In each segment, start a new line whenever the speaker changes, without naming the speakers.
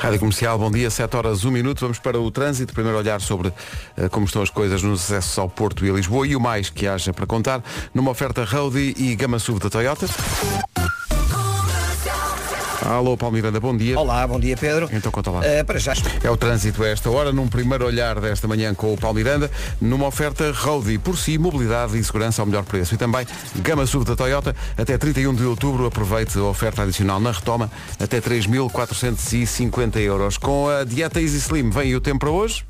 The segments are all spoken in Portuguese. Rádio Comercial, bom dia, 7 horas 1 minuto. Vamos para o trânsito. Primeiro olhar sobre eh, como estão as coisas nos acessos ao Porto e a Lisboa e o mais que haja para contar numa oferta Roadie e Gama Sub da Toyota. Alô, Paulo Miranda, bom dia.
Olá, bom dia Pedro.
Então conta lá.
Eh, para já,
É o trânsito a esta hora, num primeiro olhar desta manhã com o Paulo Miranda, numa oferta Roadie por si, mobilidade e segurança ao melhor preço. E também Gama SUV da Toyota, até 31 de outubro, aproveite a oferta adicional na retoma, até 3.450 euros. Com a dieta Easy Slim, vem o tempo para hoje?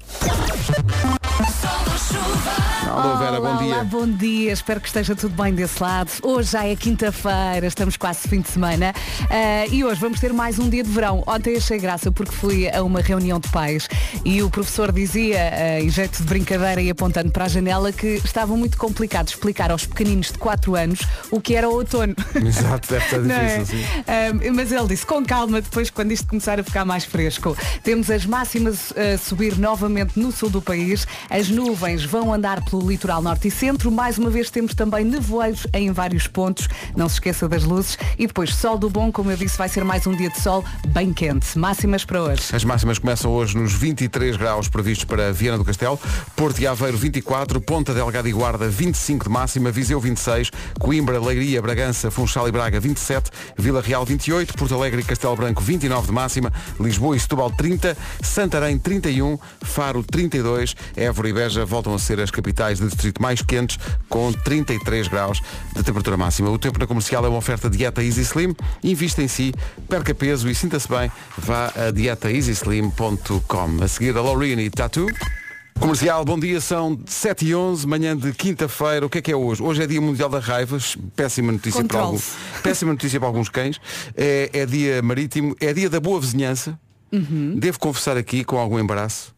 Alô, Vera,
olá,
bom
Olá,
dia.
bom dia. Espero que esteja tudo bem desse lado. Hoje já é quinta-feira, estamos quase fim de semana ah, e hoje vamos ter mais um dia de verão. Ontem achei graça porque fui a uma reunião de pais e o professor dizia, ah, em jeito de brincadeira e apontando para a janela, que estava muito complicado explicar aos pequeninos de 4 anos o que era o outono.
Exato, deve estar
Não é?
difícil, sim.
Ahm, mas ele disse, com calma, depois quando isto começar a ficar mais fresco. Temos as máximas a subir novamente no sul do país, as nuvens vão andar pelo litoral norte e centro, mais uma vez temos também nevoeiros em vários pontos, não se esqueça das luzes, e depois sol do bom, como eu disse, vai ser mais um dia de sol bem quente. Máximas para hoje.
As máximas começam hoje nos 23 graus previstos para Viana do Castelo, Porto e Aveiro 24, Ponta Delgada e Guarda 25 de máxima, Viseu 26, Coimbra, Leiria, Bragança, Funchal e Braga 27, Vila Real 28, Porto Alegre e Castelo Branco 29 de máxima, Lisboa e Setúbal 30, Santarém 31, Faro 32, Évora e Beja voltam a ser as capitais de distrito mais quentes com 33 graus de temperatura máxima. O tempo na comercial é uma oferta dieta Easy Slim. Invista em si, perca peso e sinta-se bem. Vá a dietaeasyslim.com. A seguir a Lorraine e Tatu. Comercial, bom dia, são 7 e 11 manhã de quinta-feira. O que é que é hoje? Hoje é Dia Mundial da Raiva, péssima notícia para alguns.
Controle-se.
Péssima notícia para alguns cães. É, é dia marítimo, é dia da boa vizinhança.
Uhum.
Devo confessar aqui, com algum embaraço,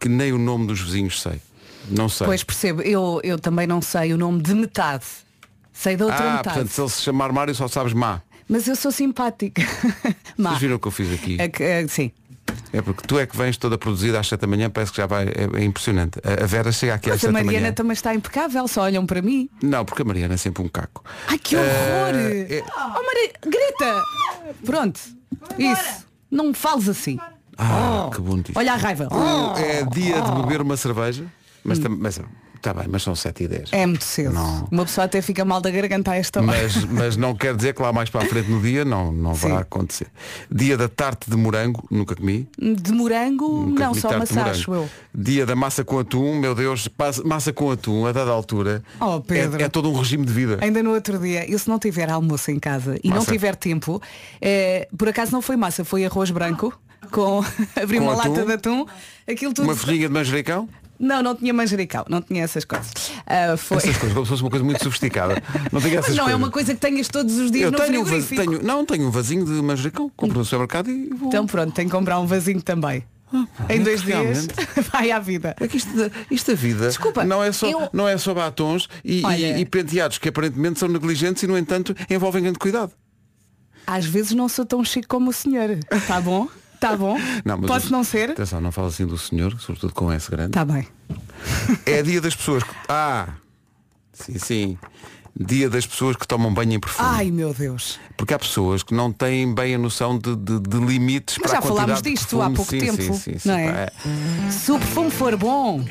que nem o nome dos vizinhos sei. Não sei.
Pois percebo, eu, eu também não sei o nome de metade. Sei da outra
ah,
metade.
portanto, se ele se chamar Mário, só sabes má.
Mas eu sou simpática. Má.
Vocês viram o que eu fiz aqui?
É que- é que sim.
É porque tu é que vens toda produzida às 7 da manhã, parece que já vai. É, é impressionante. A, a Vera chega aqui às
Mas a
7 da
Mariana
manhã.
também está impecável, só olham para mim.
Não, porque a Mariana é sempre um caco.
Ai, que horror!
Eh, é-
Oh, Mari... Grita! Pronto. Isso. Não fales assim.
Ah, que bonito.
Olha a raiva.
Oh, É dia de beber uma cerveja, mas está bem, mas são 7 e 10.
Hum. É muito cedo.
Não.
Uma pessoa até fica mal da garganta a esta hora.
Mas, mas não quer dizer que lá mais para a frente no dia não, não
Sim.
vai acontecer. Dia da tarte de morango, nunca comi.
De morango,
Nunca
não,
comi
só
tarte um de
maçã,
morango.
acho eu.
Dia da massa com atum, meu Deus, passa- massa com atum, a dada altura.
Oh, Pedro.
É, é todo um regime de vida.
Ainda no outro dia, eu se não tiver almoço em casa e não
Massa.
tiver tempo, eh, por acaso não foi massa, foi arroz branco com abri
Com
uma
atum?
lata de atum, aquilo tudo.
Uma folhinha de manjericão?
Não, não tinha manjericão, não tinha essas coisas. Ah, foi.
Essas coisas, como se fosse uma coisa muito sofisticada. Não tenho
Mas
essas
não é
coisas.
uma coisa que tenhas todos os dias
Eu
no
tenho, um vaz-
frigorífico.
tenho- não, tenho um vasinho de manjericão, compro no supermercado e vou.
Então pronto, tenho que comprar um vasinho também.
Ah,
em dois dias vai à vida.
É que isto, da- isto da vida
Desculpa,
não, é só,
eu-
não é só batons e, e-
Olha.
e penteados que aparentemente são negligentes e no entanto envolvem grande cuidado.
Às vezes não sou tão chique como o senhor. Tá bom? Tá bom?
mas
Posso
o-
não ser?
Atenção, não fala assim do senhor, sobretudo com esse grande.
Tá bem.
É dia das pessoas que. Ah! Sim, sim. Dia das pessoas que tomam banho em perfume.
Ai meu Deus.
Porque há pessoas que não têm bem a noção de, de- de limites
Mas
para
já
a quantidade
falámos
de
disto há
perfume.
pouco
Sim,
tempo.
sim, sim, sim,
não
pá,
é? Se o perfume for bom,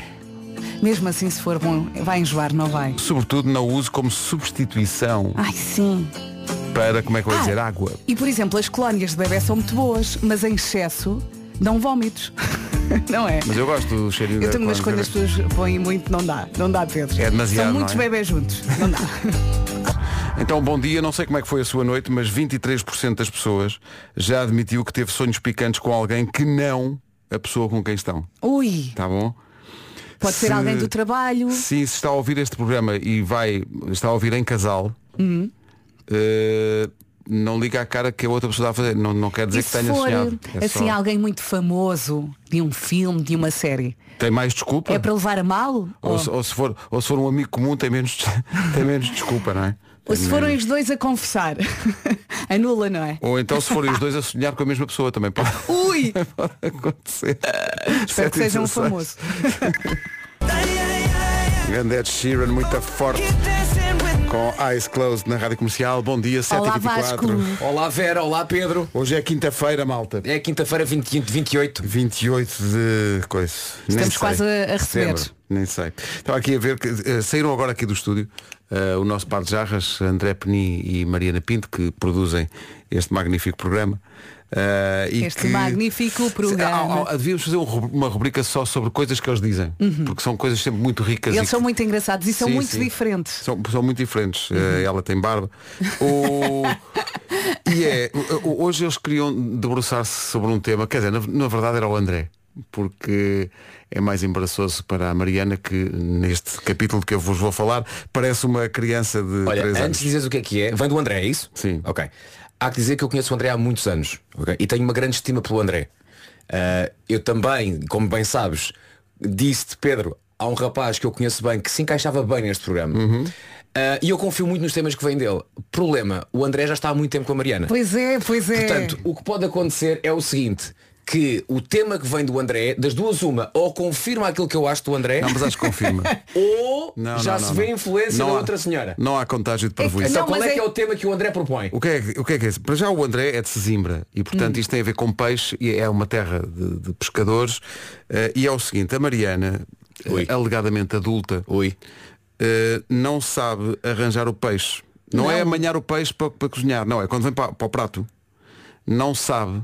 mesmo assim se for bom, vai enjoar, não vai?
Sobretudo não uso como substituição
Ai sim.
para, como é que eu ia
Ah.
dizer, água.
E por exemplo, as colónias de bebê são muito boas, mas em excesso dão vómitos. não é?
Mas eu gosto do cheirinho
Eu
da né?
também, mas
cloro-
quando as pessoas põem muito, não dá. Não dá, Pedro.
É demasiado,
São muitos
não é?
bebés juntos. Não dá.
Então, bom dia. Não sei como é que foi a sua noite, mas 23% das pessoas já admitiu que teve sonhos picantes com alguém que não a pessoa com quem estão.
Ui,
Tá bom?
pode ser
Se-
alguém do trabalho.
Sim, se está a ouvir este programa e vai, está a ouvir em casal, eh, não liga à cara que a outra pessoa está a fazer. Não, não quer dizer
E
que
se
tenha
for
sonhado. É
assim
só-
alguém muito famoso de um filme, de uma série,
Tem mais desculpa?
é para levar a mal?
ou,
Ou,
se, ou se for, ou se for um amigo comum tem menos, tem menos desculpa, não é?
ou
Tem
se forem
menos-
os dois a confessar? Anula, não é?
Ou então se forem os dois a sonhar com a mesma pessoa também pode,
Ui!
pode acontecer.
Espero que seja um famoso.
Grande Ed Sheeran, muito forte. com Eyes Closed na Rádio Comercial. Bom dia, 7h24.
Olá, Vasco.
Olá Vera, olá Pedro.
Hoje é quinta-feira, malta.
É quinta-feira 25 de 28.
28 de coisa.
Estamos quase a- a receber.
Setembro. Nem sei. Estava aqui a ver que eh, saíram agora aqui do estúdio eh, o nosso par de jarras, André Peni e Mariana Pinto, que produzem este magnífico programa. Eh, e
Este magnífico
Ah,
programa.
ah, ah, devíamos fazer um ru- uma rubrica só sobre coisas que eles dizem, porque são coisas sempre muito ricas.
Uhum. Eles
e
são
que-
muito engraçados e são
Sim,
muito
sim.
diferentes. Uhum.
São, são muito diferentes. Eh, ela tem barba. O- e é, o- o- hoje eles queriam debruçar-se sobre um tema, quer dizer, na, na verdade era o André, porque é mais embaraçoso para a Mariana que neste capítulo que eu vos vou falar parece uma criança de
Olha,
3 anos.
antes de dizeres o que é que é, vem do André, é isso?
Sim.
Ok. Há que dizer que eu conheço o André há muitos anos ok? e tenho uma grande estima pelo André. Ah, eu também, como bem sabes, disse-te, Pedro, há um rapaz que eu conheço bem que se encaixava bem neste programa.
Uhum.
Ah, e eu confio muito nos temas que vêm dele. Problema, o André já está há muito tempo com a Mariana.
Pois é, pois é.
Portanto, o que pode acontecer é o seguinte, que o tema que vem do André, das duas uma, ou confirma aquilo que eu acho do André,
Não, mas acho que confirma.
ou
Não,
já
não,
se
não,
vê
não.
a influência
Não
da
há-
outra senhora.
Não há contágio de
que-
prejuízo.
Então
Não,
qual
mas
é,
é-
que é o tema que o André propõe?
O que, é, que- o que é que é isso? Para já o André é de Sesimbra e
Hum.
portanto isto tem a ver com peixe e é uma terra de, de pescadores eh, e é o seguinte, a Mariana, eh,
Ui.
alegadamente adulta,
Ui.
eh, não sabe arranjar o peixe. Não, é amanhar o peixe para, para cozinhar, não, é quando vem para, para o prato, não sabe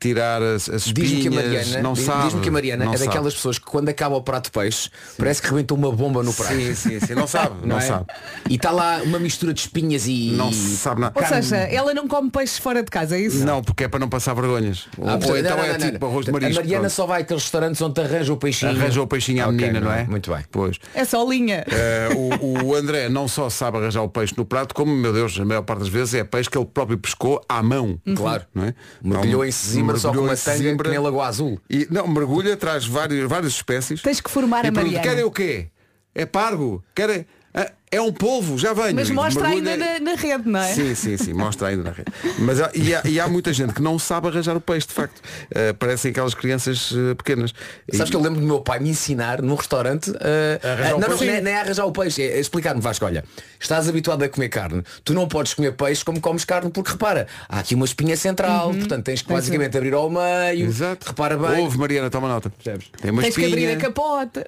tirar as, as espinhas,
Diz-me que a Mariana,
não
diz-
sabe.
diz-me que a Mariana
não
é
sabe.
daquelas pessoas que quando acaba o prato de peixe parece que rebentou uma bomba no prato.
Sim, sim, sim, não sabe, não,
é?
sabe.
E está lá uma mistura de espinhas e.
Não sabe nada.
Ou seja, ela não come peixes fora de casa, é isso?
Não, porque é para não passar vergonhas. ou,
Ah,
ou
portanto,
então
não, não,
é
não, não.
tipo arroz de
Portanto,
marisco.
A Mariana
pronto.
só vai àqueles restaurantes onde te arranja o peixinho.
Arranjou o peixinho à
Ok,
menina, não é?
Muito bem.
Pois.
É só linha.
Eh, o, o André não só sabe arranjar o peixe no prato, como, meu Deus, a maior parte das vezes é peixe que ele próprio pescou à mão.
Claro.
Não é?
Mergulhou
Então,
em Sesimbra só com
mergulhou
uma
em
tanga
Sesimbra
que nem Lagoa Azul.
E, não, mergulha, traz vários, várias espécies.
Tens que formar
e
a
pergunta,
Mariana.
querem o quê? É pargo? Querem... ah, É um polvo, já venho.
Mas
E
mostra
mergulha-
ainda na, na rede, não é?
Sim, sim, sim, mostra ainda na rede. Mas há, e, há, e há muita gente que não sabe arranjar o peixe, de facto. Eh, parecem aquelas crianças eh, pequenas. E-
Sabes que eu lembro do meu pai me ensinar num restaurante eh,
Arranjar
eh,
o
não, não,
peixe.
nem, nem a arranjar o peixe, é, é explicar-me, Vasco, olha, estás habituado a comer carne, tu não podes comer peixe como comes carne, porque repara, há aqui uma espinha central, portanto tens que basicamente abrir ao meio,
Uhum. Exato.
repara bem,
Ouve, Mariana, toma nota.
Percebes?
Tem uma
Tens que abrir
espinha.
a capota.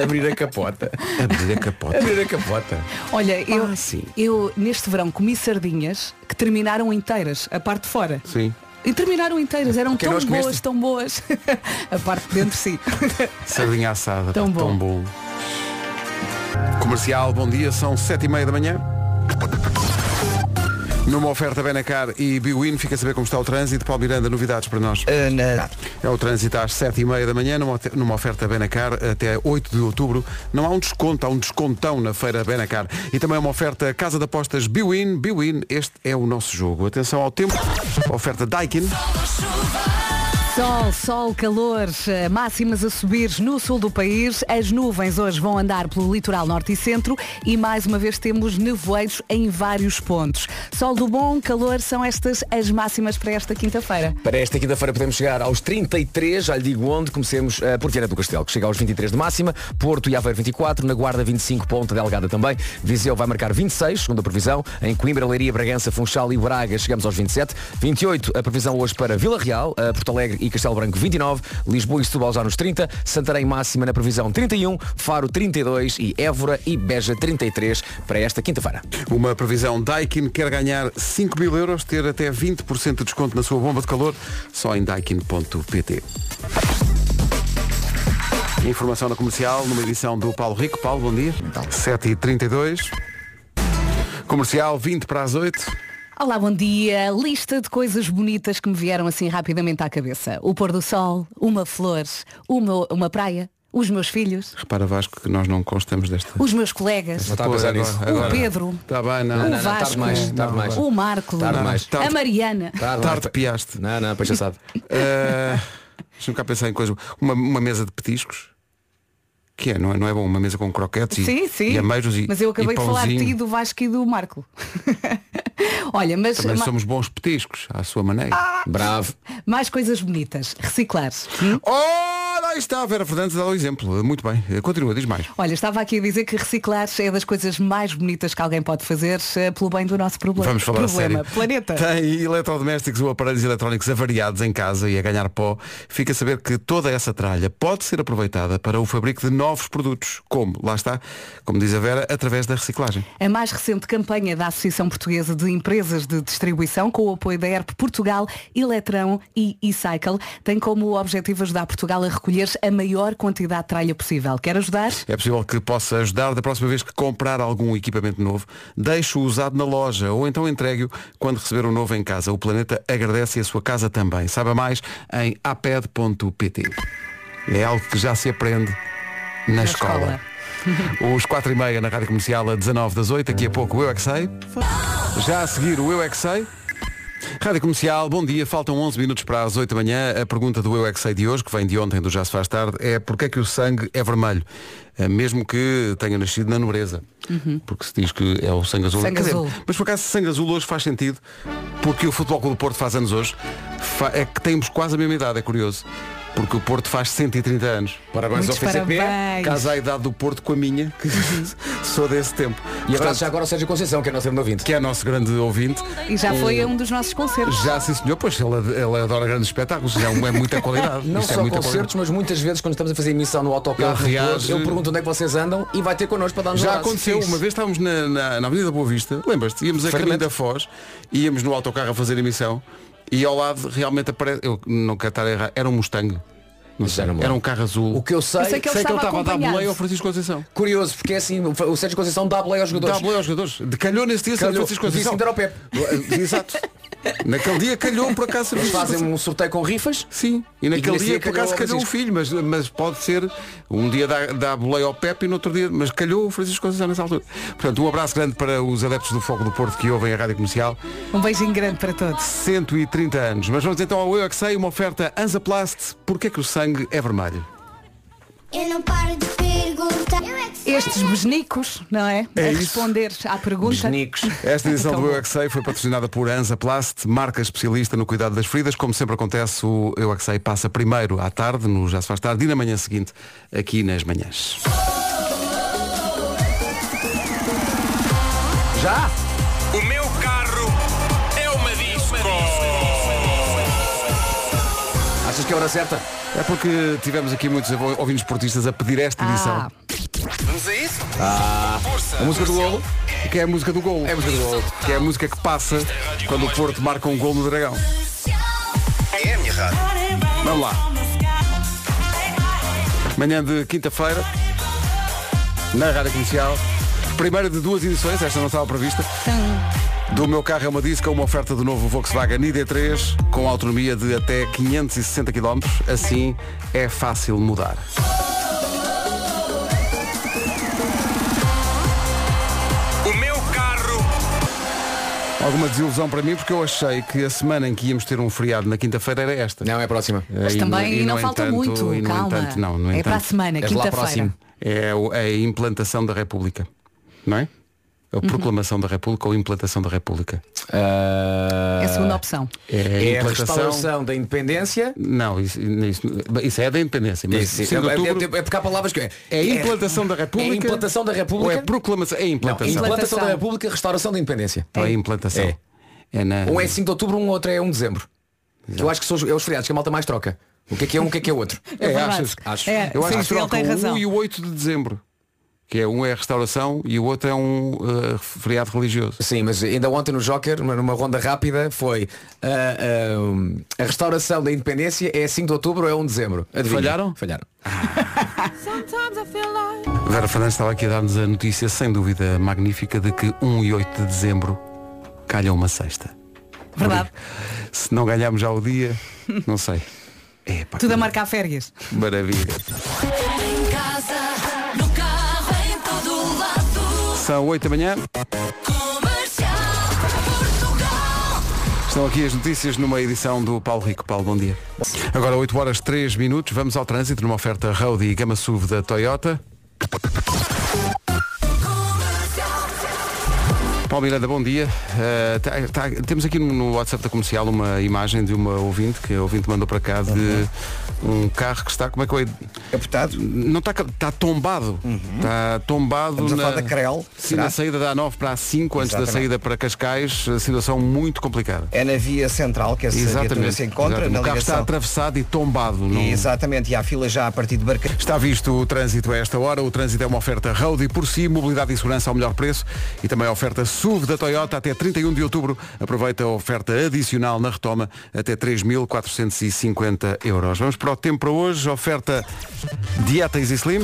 abrir a capota.
Abrir a capota.
abrir a capota.
Olha, eu,
Ah, sim.
eu neste verão comi sardinhas que terminaram inteiras, a parte de fora.
Sim. é
E terminaram inteiras, eram
Porque
tão
nós comeste?
boas, tão boas. a parte de dentro sim.
Sardinha assada.
Tão
pá, Tão bom. Comercial, bom dia. São sete e meia da manhã. Numa oferta Benacar e Biwin, fica a saber como está o trânsito. Paulo Miranda, novidades para nós.
Eh,
É o trânsito às 7h30 da manhã, numa, ote- numa oferta Benacar até 8 de outubro. Não há um desconto, há um descontão na feira Benacar. E também uma oferta Casa de Apostas Biwin. Biwin, este é o nosso jogo. Atenção ao tempo. Oferta Daikin.
Sol, sol, calor, eh, máximas a subir no sul do país. As nuvens hoje vão andar pelo litoral norte e centro e mais uma vez temos nevoeiros em vários pontos. Sol do bom, calor, são estas as máximas para esta quinta-feira.
Para esta quinta-feira podemos chegar aos 33, já lhe digo onde, comecemos eh, por Viana do Castelo, que chega aos 23 de máxima, Porto e Aveiro 24, na Guarda 25, Ponta Delgada também, Viseu vai marcar 26, segundo a previsão, em Coimbra, Leiria, Bragança, Funchal e Braga chegamos aos 27, 28 a previsão hoje para Vila Real, eh, Porto Alegre e Castelo Branco 29, Lisboa e Setúbal já nos 30, Santarém máxima na previsão 31, Faro 32 e Évora e Beja 33 para esta quinta-feira.
Uma previsão Daikin quer ganhar 5 mil euros, ter até 20% de desconto na sua bomba de calor, só em daikin.pt. Informação na comercial, numa edição do Paulo Rico. Paulo, bom dia.
Então.
7h32. Comercial, 20 para as 8.
Olá, bom dia. Lista de coisas bonitas que me vieram assim rapidamente à cabeça. O pôr do sol, uma flor, uma, uma praia, os meus filhos,
Repara, Vasco, que nós não constamos desta.
os meus colegas,
Não está a pensar nisso.
o Pedro,
Está bem, não.
o
não, tarde
Vasco,
mais, tarde mais.
o Marco,
Tarde mais.
a Mariana.
Tarde,
Tarde piaste.
Não, não, pois já sabe.
Ah, Deixa-me cá pensar em coisas. Uma, uma mesa de petiscos. Que é, não é, não é bom? Uma mesa com croquetes
Sim,
e,
sim.
e ameiros e
mas eu acabei
e
de falar de
pãozinho.
ti, do Vasco e do Marco. Olha, mas
Também
ma-
somos bons
Ah,
petiscos, à sua maneira.
Bravo.
mais coisas bonitas. Reciclar. Hum?
Ora, aí Oh, está a Vera Fernandes a dar o exemplo. Muito bem. Continua, diz mais.
Olha, estava aqui a dizer que reciclar é das coisas mais bonitas que alguém pode fazer eh, pelo bem do nosso problema.
Vamos falar
problema,
a sério.
planeta.
Tem eletrodomésticos ou aparelhos eletrónicos avariados em casa e a ganhar pó. Fica a saber que toda essa tralha pode ser aproveitada para o fabrico de novos produtos. Como? Lá está, como diz a Vera, através da reciclagem.
A mais recente campanha da Associação Portuguesa de Empresas de Distribuição, com o apoio da ERP Portugal, Eletrão e eCycle, tem como objetivo ajudar Portugal a recolher a maior quantidade de tralha possível. Quer ajudar?
É possível que possa ajudar da próxima vez que comprar algum equipamento novo. Deixe-o usado na loja ou então entregue-o quando receber o novo em casa. O planeta agradece e a sua casa também. Saiba mais em aped.pt. É algo que já se aprende na, escola. Os 4 e meia na Rádio Comercial a 19 das 8, daqui a pouco o Eu é que sei. Já a seguir o Eu é que sei. Rádio Comercial, bom dia. Faltam 11 minutos para as 8 da manhã. A pergunta do Eu é que sei de hoje, que vem de ontem do Já se faz tarde, é porque é que o sangue é vermelho? Eh, Mesmo que tenha nascido na nobreza. Porque se diz que é o sangue azul.
Uhum. Sangue
Quer dizer,
azul.
mas por acaso sangue azul hoje faz sentido, porque o Futebol Clube do Porto faz anos hoje. Fa- é que temos quase a mesma idade, é curioso. Porque o Porto faz 130 anos.
Parabéns
Muitos
ao PCP.
parabéns.
Casa a idade do Porto com a minha, que sou desse tempo.
E
Uhum. Portanto,
abraço já agora ao Sérgio Conceição, que é nosso grande ouvinte.
que é nosso grande ouvinte.
E já foi a um dos nossos concertos.
Já sim senhor, pois ele, ele adora grandes espetáculos, é, um- é muita qualidade.
Não
Isto é
só
muita
concertos,
qualidade.
mas muitas vezes quando estamos a fazer emissão no autocarro,
Ele
no Porto,
reage.
eu pergunto onde é que vocês andam e vai ter connosco para dar-nos um
Já
abraço.
aconteceu,
Fixe.
uma vez estávamos na, na, na Avenida Boa Vista, lembras-te? Íamos a caminho
Fermento.
da Foz, íamos no autocarro a fazer emissão e ao lado realmente aparece, eu não quero estar a errar, era um Mustang. Não sei,
Já não me
era
lembro.
um carro azul.
O que eu sei,
Eu sei que ele
Sei que ele
estava
estava a dar
acompanhado.
boleia ao Francisco Conceição.
curioso, porque é assim, o o Sérgio Conceição dá boleia aos
Dá
jogadores.
boleia aos jogadores. De calhou nesse dia Sérgio
Calhou.
Francisco Conceição.
Disse-me dar ao Pepe.
Exato. Naquele dia calhou por acaso
Eles
Francisco
fazem
Conceição.
um sorteio com rifas.
Sim, e naquele
nesse
dia
dia
por acaso
calhou ao
calhou o
Francisco.
filho, mas, mas pode ser, um dia dá, dá boleia ao Pepe e no outro dia, mas calhou o Francisco Conceição nessa altura. Portanto, um abraço grande para os adeptos do Fogo do Porto que ouvem a Rádio Comercial,
Um beijinho grande para todos.
130 anos. Mas vamos então ao Eu é que Sei, uma oferta Anzaplast, porque é que o sangue é vermelho?
Eu não paro de perguntar. Eu é que sei.
Estes besnicos, não é? a
isso.
responder à pergunta.
Nicos.
Esta edição
Então
do Eu
bom.
é que Sei foi patrocinada por Anzaplast, marca especialista no cuidado das feridas. Como sempre acontece, o Eu é que Sei passa primeiro à tarde, no Já se faz tarde, e na manhã seguinte, aqui nas manhãs.
Já?
O meu carro é uma disco.
Achas que é hora certa?
É porque tivemos aqui muitos ouv- ouvintes esportistas a pedir esta edição,
Ah,
Vamos a isso? Força.
Ah, A música do golo?
que é a música do gol. É a música do gol. Que é a música que passa quando o Porto marca um gol no Dragão.
É a minha rádio.
Vamos lá. Manhã de quinta-feira, na Rádio Comercial. Primeira de duas edições, esta não estava prevista. Do meu carro é uma disco, uma oferta do novo Volkswagen ID3 com autonomia de até 560 km. Assim é fácil mudar.
O meu carro.
Alguma desilusão para mim porque eu achei que a semana em que íamos ter um feriado na quinta-feira era esta.
Não, é a próxima.
mas
E no-
também
e no
não falta
entanto-
muito,
e no
calma.
entanto, não, no
é
entanto,
para a semana,
És lá
quinta-feira.
próximo.
É o- é a implantação da República, não é?
Uhum.
A proclamação da República ou implantação da República?
É a segunda opção.
É
Eh, É
a
a
implantação.
restauração da independência.
Não, isso, isso- isso é da independência. Mas
Isso,
cinco de
é,
outubro
é- é porque há palavras que é.
é a implantação da República.
É a implantação da
Ou
República.
é a proclamação? É a
Não,
implantação.
implantação.
Implantação.
da República, restauração da independência.
Então é a implantação.
É.
É na-
Um é 5 de outubro, um outro é 1 de dezembro. Eu acho que são os, é os feriados que a malta mais troca. O que é que é um, o que é que é outro?
É,
verdade.
achas?
Acho.
É,
Eu acho
sim,
que
sim, ele
troca
tem
o 1
razão.
e o 8 de dezembro. Que é um é a restauração e o outro é um eh, feriado religioso.
Sim, mas ainda ontem no Joker, numa- numa ronda rápida, foi ah, ah, a restauração da independência é 5 de outubro ou é 1 de dezembro. Adivinha?
Falharam?
Falharam.
Vera Fernandes estava aqui a dar-nos a notícia, sem dúvida magnífica, de que 1 e 8 de dezembro calha uma sexta.
Verdade.
Se não ganharmos já o dia, não sei. É, pá,
Tudo a marcar férias.
que maravilha.
Em casa, no carro, em todo lado.
São 8 da manhã,
Comercial, Portugal.
estão aqui as notícias numa edição do Paulo Rico. Paulo, bom dia. Agora 8 horas 3 minutos, vamos ao trânsito numa oferta Road e Gama SUV da Toyota. Paulo Paulo Miranda, bom dia. Eh, tá- tá- temos aqui no- no WhatsApp da comercial uma imagem de uma ouvinte, que a ouvinte mandou para cá, de
Uhum.
um carro que está, como é que eu hei-
Capotado?
Não está, ca- está tombado. Está tombado
Uhum. Estamos a
na,
falar da Crel,
Sim,
será?
na saída da A9 para a 5, antes da
Exatamente.
saída para Cascais. A situação muito complicada.
É na via central que essa viatura
Exatamente.
se encontra,
exatamente.
na
O carro está
ligação.
atravessado e tombado. não-
Exatamente, e há fila já a partir de Barca.
Está visto o trânsito a esta hora. O trânsito é uma oferta road e por si, mobilidade e segurança ao melhor preço e também a oferta SUV da Toyota até 31 de outubro. Aproveita a oferta adicional na retoma até 3.450 euros. Vamos para o tempo para hoje. Oferta Dietas e Slim.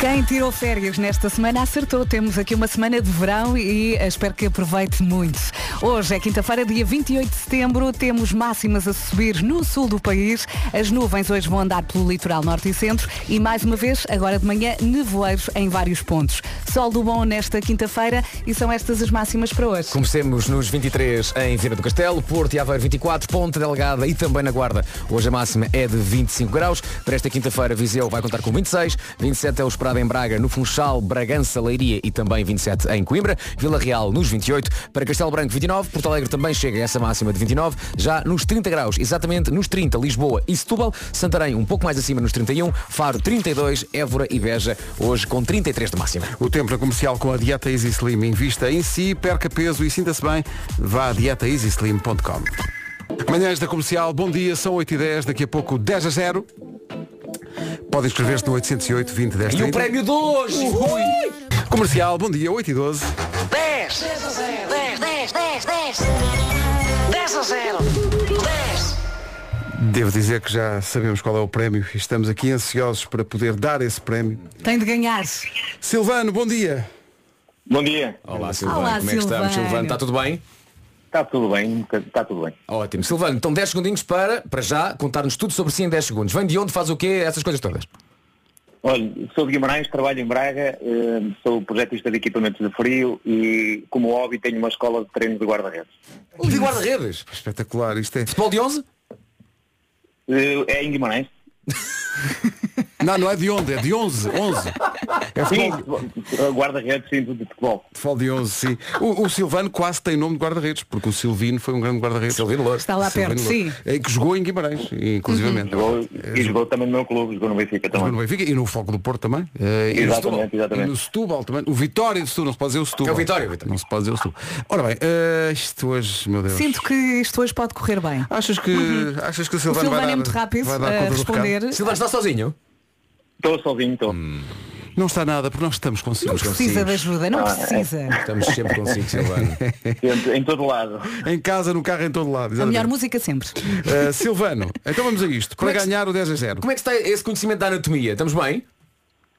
Quem tirou férias nesta semana acertou. Temos aqui uma semana de verão e eh, espero que aproveite muito. Hoje é quinta-feira, dia 28 de setembro. Temos máximas a subir no sul do país. As nuvens hoje vão andar pelo litoral norte e centro. E mais uma vez, agora de manhã, nevoeiros em vários pontos. Sol do bom nesta quinta-feira e são estas as máximas para hoje.
Comecemos nos 23 em Viana do Castelo, Porto e Aveiro 24, Ponta Delgada e também na Guarda. Hoje a máxima é de 25 graus. Para esta quinta-feira, Viseu vai contar com 26, 27 é o esperado em Braga, no Funchal, Bragança, Leiria e também 27 em Coimbra, Vila Real nos 28, para Castelo Branco 29, Porto Alegre também chega a essa máxima de 29, já nos 30 graus, exatamente nos 30, Lisboa e Setúbal, Santarém um pouco mais acima nos 31, Faro 32, Évora e Beja hoje com 33 de máxima.
O tempo na comercial com a Dieta Easy Slim. Invista em si, perca peso e sinta-se bem. Vá a dietaeasyslim.com. Manhãs da comercial, bom dia, são 8 e 10 daqui a pouco 10 a 0. Pode inscrever-se no 808 20 10
E o
30.
prémio de hoje!
Comercial, bom dia, 8 e 12.
10 10 10 10 10 10 a 0 10
Devo dizer que já sabemos qual é o prémio e estamos aqui ansiosos para poder dar esse prémio.
Tem de ganhar.
Silvano, bom dia.
Bom dia.
Olá Silvano,
Olá,
como é que estamos?
Silvano.
Silvano, está tudo bem?
Está tudo bem, está tudo bem.
Ótimo. Silvano, então 10 segundinhos para, para já, contar-nos tudo sobre si em 10 segundos. Vem de onde, faz o quê, essas coisas todas.
Olha, sou de Guimarães, trabalho em Braga, eh, sou projetista de equipamentos de frio e, como hobby, tenho uma escola de treino de guarda-redes.
De guarda-redes.
Espetacular, isto é.
Futebol de 11?
Eh, É em Guimarães?
Não, não é de onde, é de 11, 11. É
Ah, Sim,
futebol,
eh, guarda-redes, sim, de futebol.
futebol de 11, sim. O, o Silvano quase tem nome de guarda-redes, porque o Silvino foi um grande guarda-redes.
Silvino Louro.
Está lá perto, sim. Uhum.
É, que jogou em Guimarães, inclusivamente.
Jogou, e jogou também no meu clube, jogou no Benfica
Jogou no
também.
Benfica e no Foco do Porto também. Eh, e no
Exatamente,
Setúbal.
exatamente.
E no Setúbal também. O Vitória de Setúbal, não se pode dizer o Setúbal.
É o Vitória, o Vitória.
Não se pode dizer o Setúbal. Ora bem, eh, isto hoje, meu Deus.
Sinto que isto hoje pode correr bem.
Achas que, achas que o
O
Ah, Silvano, vai
Silvano
dar,
é muito rápido
vai dar
a
conta do
responder.
Silvano está sozinho?
Estou sozinho, estou.
Hum. recado? Não está nada, porque nós estamos consigo.
Precisa de ajuda, não precisa.
Estamos sempre consigo, Silvano.
Em- Em todo lado.
Em casa, no carro, em todo lado.
A melhor
exatamente.
música sempre.
Eh, Silvano, então vamos a isto. Para
é que se-
ganhar o 10 a 0.
Como é que está esse conhecimento da anatomia? Estamos bem?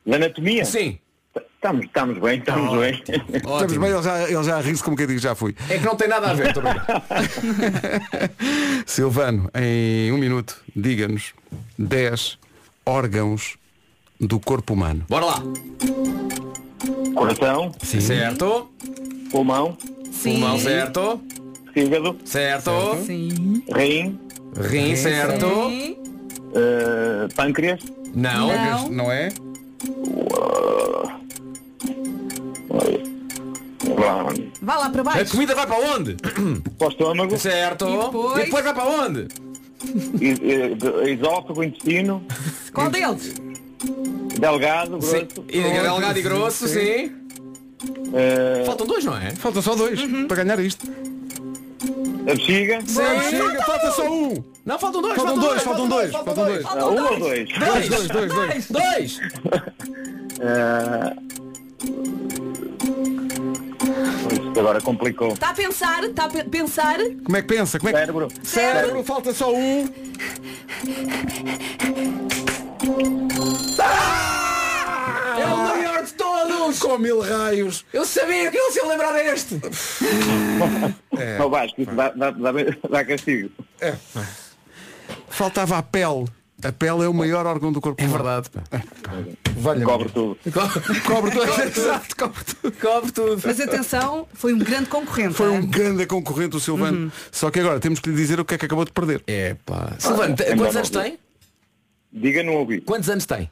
Na anatomia?
Sim.
Estamos, estamos bem, estamos bem.
é
Estamos
Ótimo.
bem, ele já, ele já ri-se como quem diz, já fui.
É que não tem nada a ver, estou a brincar.
Silvano, em um minuto, diga-nos 10 órgãos do corpo humano.
Bora lá.
Coração,
Certo.
pulmão,
Um
Sim.
Pulmão,
é.
certo.
fígado,
Certo.
Sim.
rim,
Rim, certo.
eh, pâncreas,
Não.
Não.
Não é?
para
Vá lá para
A
baixo.
comida vai para onde?
o estômago,
Certo.
E depois?
E depois vai para onde?
is- eh, esófago, intestino,
É
Qual deles?
delgado,
Sim.
grosso.
E delgado e grosso, sim.
eh,
Faltam dois, não é?
Faltam só dois
Uhum.
para ganhar isto.
A bexiga?
Sim.
Chega, falta só um.
Não, faltam dois,
Faltam dois, faltam dois, faltam dois.
Ah, um ou dois?
Dois,
Dois, dois, dois.
dois.
Ah, Isto agora complicou.
Está Tá a pensar, está a pe- pensar.
Como é que pensa? Como é que...
Cérebro.
Cérebro, falta só um. Ah!
É o maior de todos.
Com mil raios.
Eu sabia que ele se ia lembrar deste.
Não Vasco, isso dá, dá, dá, dá castigo.
Faltava a pele. A pele é o maior órgão do corpo. É verdade.
Cobre tudo.
Cobre dois.
Exato, cobre tudo. Cobre tudo.
Mas atenção, foi um grande concorrente. é?
Foi
hein?
um grande concorrente o Silvano. Só que agora temos que lhe dizer o que é que acabou de perder.
Uhum. É pá. Silvano, te-
é
quantos
bom,
anos
não.
tem?
Diga no ouvi.
Quantos anos tem?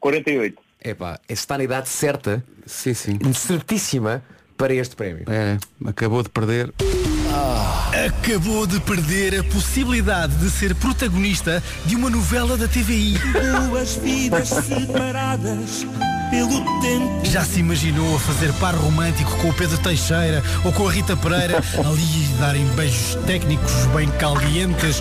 48.
É pá, está na idade certa,
Sim, sim.
certíssima, para este prémio.
É, acabou de perder.
Acabou de perder a possibilidade de ser protagonista de uma novela da TVI.
Duas vidas separadas pelo tempo.
Já se imaginou a fazer par romântico com o Pedro Teixeira ou com a Rita Pereira, ali darem beijos técnicos bem calientes?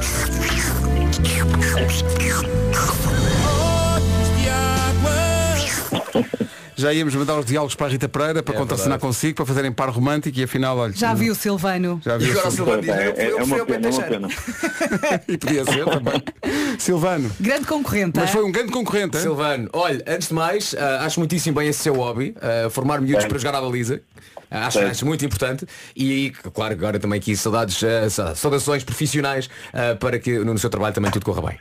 Já íamos mandar os diálogos para a Rita Pereira
É
para contracenar consigo, para fazerem par romântico e afinal, olha.
Já viu, Silvano?
Já viu.
agora o Silvano diz, eu-
é,
eu
é
fui
uma
ao Pedro
pena, é uma
Teixeira.
pena.
e podia ser também. Silvano.
Grande concorrente.
Mas
é?
foi um grande concorrente, hein?
Ah, Silvano, olha, antes de mais, ah, acho muitíssimo bem esse seu hobby, ah, formar miúdos para jogar à baliza. Ah, acho,
Bem.
acho muito importante. E claro, agora também aqui saudades, ah, sa- saudações profissionais ah, para que no seu trabalho também tudo corra bem.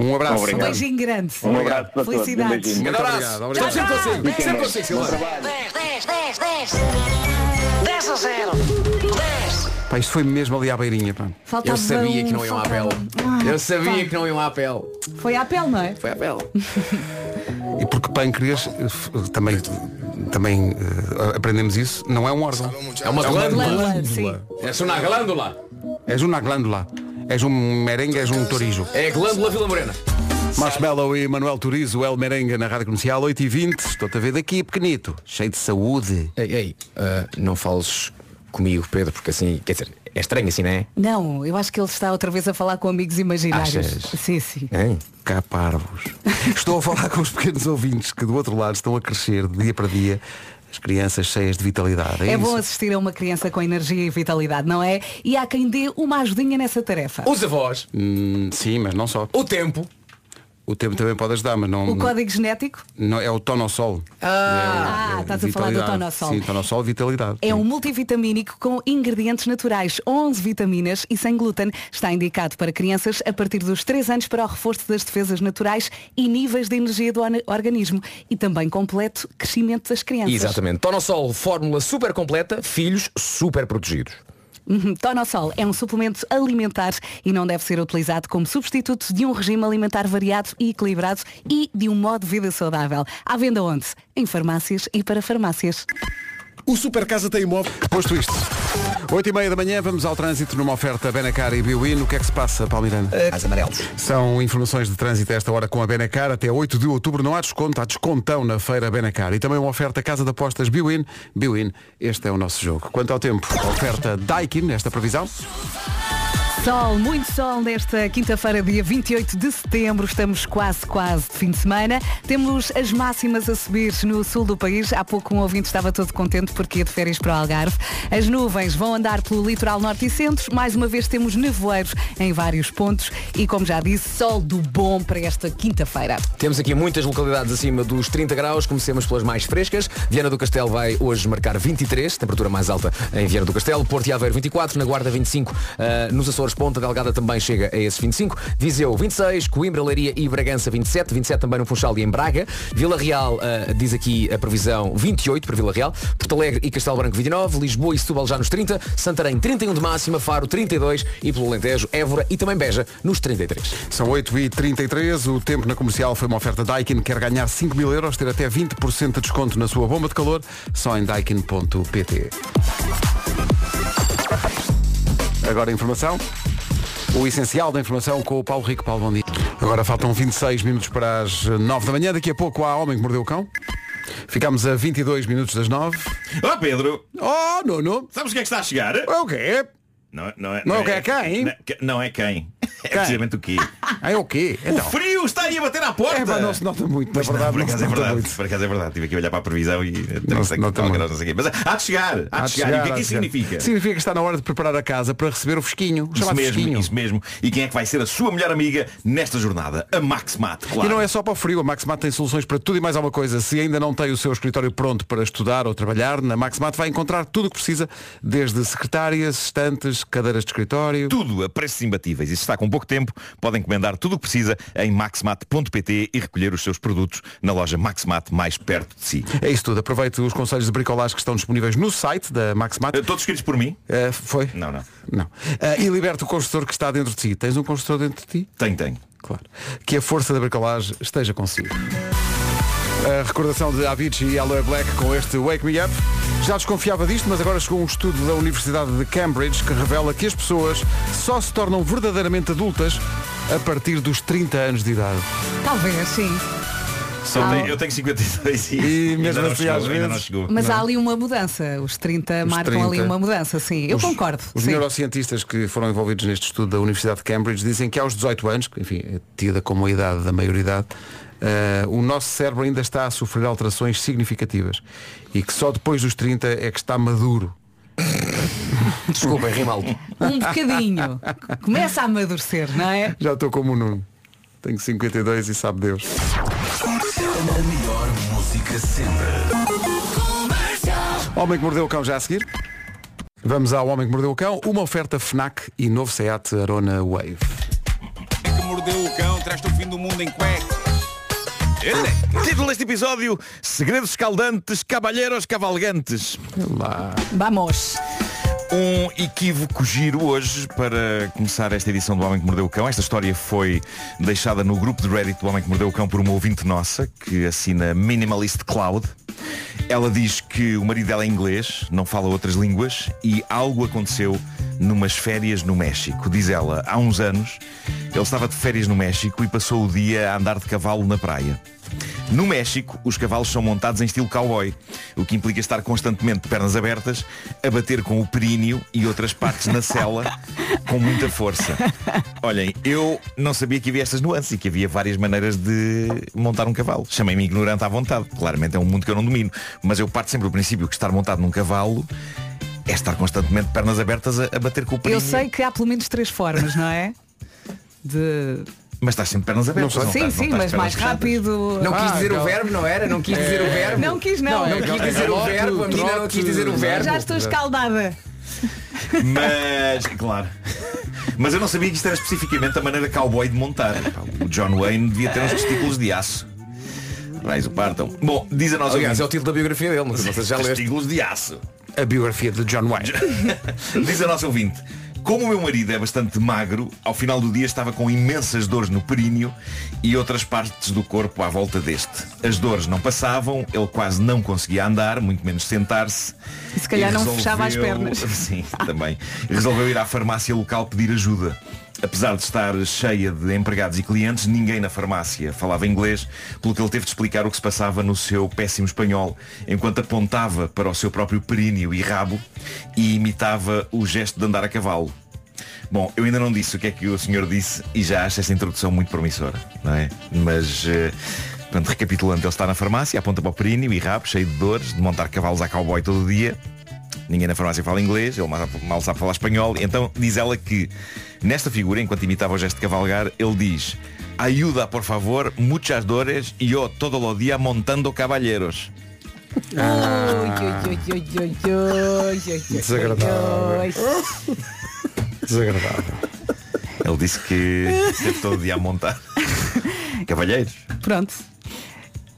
Um abraço.
Obrigado.
Um beijinho grande.
Um abraço para todos. Um
Felicidades.
beijinho.
Grande
obrigado,
abraço.
obrigado.
Sempre consigo.
Fiquem
Sempre
bem.
consigo, Silvano.
10, 10, 10, 10. 10 a 0. 10.
Pá, isto foi mesmo ali à beirinha. Pá.
Faltava
Eu sabia
um,
que não iam à pele.
faltava um. Ah,
Eu sabia
pá.
que não iam à pele.
Foi à pele, não é?
Tá Foi à pele.
E porque pâncreas, eh, f- também, também eh, aprendemos isso, não é um órgão.
É uma glândula.
Glândula, sim.
É uma glândula.
És uma glândula. És um merengue, és um torijo.
É a glândula Vila Morena.
Marshmallow e Manuel Turizo, El Merengue na Rádio Comercial, 8h20. Estou-te a ver daqui, pequenito. Cheio de saúde.
Ei, ei, ah, não fales comigo, Pedro, porque assim, quer dizer, é estranho assim, não é?
Não, eu acho que ele está outra vez a falar com amigos imaginários.
Achas?
Sim, sim.
Hein?
Cá parvos. Estou a falar com os pequenos ouvintes que do outro lado estão a crescer de dia para dia. As crianças cheias de vitalidade. É,
É
isso?
bom assistir a uma criança com energia e vitalidade, não é? E há quem dê uma ajudinha nessa tarefa.
Os avós,
Hum, sim, mas não só.
o tempo.
O tempo também pode ajudar, mas não.
O código genético
não- é o tonossol.
Ah,
É o- é
estás a falar do
vitalidade.
Tonossol.
Sim, tonossol vitalidade.
é um multivitamínico com ingredientes naturais, 11 vitaminas e sem glúten. Está indicado para crianças a partir dos 3 anos para o reforço das defesas naturais e níveis de energia do or- organismo. E também completo crescimento das crianças.
Exatamente. Tonossol, fórmula super completa, filhos super protegidos.
Uhum. Tonosol é um suplemento alimentar e não deve ser utilizado como substituto de um regime alimentar variado e equilibrado e de um modo de vida saudável. À venda onde? Em farmácias e para farmácias.
O Super Casa tem imóvel.
Posto isto. 8 e meia da manhã, vamos ao trânsito numa oferta Benacar e Biwin. O que é que se passa, Palmeirana?
As amarelos.
São informações de trânsito a esta hora com a Benacar. Até 8 de outubro não há desconto, há descontão na feira Benacar. E também uma oferta Casa de Apostas Biwin. Biwin, este é o nosso jogo. Quanto ao tempo, oferta Daikin, nesta previsão.
Sol, muito sol nesta quinta-feira, dia 28 de setembro. Estamos quase, quase de fim de semana. Temos as máximas a subir no sul do país. Há pouco um ouvinte estava todo contente porque ia de férias para o Algarve. As nuvens vão andar pelo litoral norte e centro. Mais uma vez temos nevoeiros em vários pontos. E como já disse, sol do bom para esta quinta-feira.
Temos aqui muitas localidades acima dos 30 graus, comecemos pelas mais frescas. Viana do Castelo vai hoje marcar 23, temperatura mais alta em Viana do Castelo. Porto e Aveiro 24, na Guarda 25, ah, nos Açores Ponta Delgada também chega a esse 25. Viseu 26, Coimbra, Leiria e Bragança 27, 27 também no Funchal e em Braga. Vila Real ah, diz aqui a previsão 28 para Vila Real. Porto Alegre e Castelo Branco 29, Lisboa e Setúbal já nos 30, Santarém 31 de máxima, Faro 32 e pelo Alentejo, Évora e também Beja nos 33.
São 8h33, o tempo na comercial foi uma oferta Daikin, quer ganhar 5 mil euros, ter até 20% de desconto na sua bomba de calor, só em daikin.pt. Agora a informação. O essencial da informação com o Paulo Rico. Paulo, bom dia. Agora faltam 26 minutos para as 9 da manhã. Daqui a pouco há Homem que Mordeu o Cão. Ficamos a 22 minutos das 9.
Ó Pedro,
Oh, Nuno!
sabes o que é que está a chegar?
É o quê?
Não, não é,
Não é o que é quem?
Não, que- não é quem. É precisamente o quê?
É o quê?
O
Então,
frio está aí a bater à porta.
é, pá, não se nota muito, na
Pois
verdade.
não, por
não se
acaso é
nota
verdade.
muito.
Por acaso é verdade. Tive que olhar para a previsão e eh,
Não
não
se
sei que
nota
tal
muito.
grau, não sei o quê. Mas há de chegar, há de chegar. E o que é que isso
há de
significa?
Significa que está na hora de preparar a casa para receber o fresquinho. O
Isso
chamado
mesmo,
fresquinho.
isso mesmo. E quem é que vai ser a sua melhor amiga nesta jornada? A Max Mat, claro.
E não é só para o frio, a Maxmat tem soluções para tudo e mais alguma coisa. Se ainda não tem o seu escritório pronto para estudar ou trabalhar, na Maxmat vai encontrar tudo o que precisa, desde secretárias, estantes, cadeiras de escritório.
Tudo a preços imbatíveis. E se está com pouco tempo, pode encomendar tudo o que precisa em maxmat.pt e recolher os seus produtos na loja Maxmat mais perto de si.
É isso tudo. Aproveite os conselhos de bricolagem que estão disponíveis no site da Maxmat.
Eh, Todos escritos por mim?
Eh, foi?
Não, não.
Não. Eh, e liberta o construtor que está dentro de si. Tens um construtor dentro de ti?
Tem, tem.
Claro. Que a força da bricolagem esteja consigo. A recordação de Avicii e Aloe Black com este Wake Me Up. Já desconfiava disto, mas agora chegou um estudo da Universidade de Cambridge que revela que as pessoas só se tornam verdadeiramente adultas a partir dos 30 anos de idade.
Talvez, sim.
Só
Ah.
tenho- eu tenho 52 e,
mesmo
ainda não
assim,
chegou,
às
ainda
vezes-
não chegou.
Mas
Não. é?
há ali uma mudança. Os 30
Os
marcam
30.
ali uma mudança, sim. Eu
Os-
concordo.
Os
sim.
neurocientistas que foram envolvidos neste estudo da Universidade de Cambridge dizem que aos 18 anos, que enfim, é tida como a idade da maioridade, eh, o nosso cérebro ainda está a sofrer alterações significativas e que só depois dos 30 é que está maduro.
Desculpem, Rimaldo.
Um bocadinho. Começa a amadurecer, não é?
Já estou como o Nuno. Tenho 52 e sabe Deus.
A melhor música sempre.
Homem que mordeu o cão já a seguir. Vamos ao Homem que Mordeu o Cão, uma oferta FNAC e novo Seat Arona Wave.
Que mordeu o cão, traz-te o fim do mundo em cueca.
Título deste episódio, Segredos Escaldantes, Cabalheiros Cavalgantes.
Vamos.
Um equívoco giro hoje para começar esta edição do Homem que Mordeu o Cão. Esta história foi deixada no grupo de Reddit do Homem que Mordeu o Cão por uma ouvinte nossa que assina Minimalist Cloud. Ela diz que o marido dela é inglês, não fala outras línguas e algo aconteceu numas férias no México. Diz ela, há uns anos ele estava de férias no México e passou o dia a andar de cavalo na praia. No México, os cavalos são montados em estilo cowboy, o que implica estar constantemente de pernas abertas, a bater com o períneo e outras partes na sela com muita força. Olhem, eu não sabia que havia estas nuances e que havia várias maneiras de montar um cavalo. Chamei-me ignorante à vontade. Claramente é um mundo que eu não domino. Mas eu parto sempre do princípio que estar montado num cavalo é estar constantemente de pernas abertas a, a bater com o períneo.
Eu sei que há pelo menos três formas, não é? De...
Mas estás sempre de pernas abertas. não
sim,
estás- não
sim,
estás
mas
de pernas
mais
fechadas.
rápido.
Não quis
Ah,
dizer o
gal-
verbo, não era? Não quis dizer
É.
o verbo?
Não quis, não.
Não, quis dizer o verbo, a menina não quis dizer o verbo.
Já estou escaldada.
Mas, claro. Mas eu não sabia que isto era especificamente a maneira cowboy de montar. O John Wayne devia ter uns testículos de aço. Mais o partam. Bom, diz a nós
Aliás, é o título da biografia dele, mas vocês já leste.
Testículos de aço.
A biografia de John Wayne.
Diz a nossa ouvinte Como o meu marido é bastante magro Ao final do dia estava com imensas dores no períneo E outras partes do corpo à volta deste As dores não passavam Ele quase não conseguia andar Muito menos sentar-se
E se calhar
E
não fechava as pernas.
Sim, também Resolveu ir à farmácia local pedir ajuda Apesar de estar cheia de empregados e clientes, ninguém na farmácia falava inglês, pelo que ele teve de explicar o que se passava no seu péssimo espanhol, enquanto apontava para o seu próprio períneo e rabo e imitava o gesto de andar a cavalo. Bom, eu ainda não disse o que é que o senhor disse e já acho esta introdução muito promissora, não é? Mas, eh, portanto, recapitulando, ele está na farmácia, aponta para o períneo e rabo, cheio de dores, de montar cavalos a cowboy todo dia, Ninguém na farmácia fala inglês, ele mal, mal sabe falar espanhol. Então diz ela que nesta figura, enquanto imitava o gesto de cavalgar, ele diz Ajuda, por favor, muchas dores e eu todo o dia montando caballeros. Ah.
Desagradável. Desagradável.
Ele disse que esteve todo o dia a montar cavalheiros.
Pronto.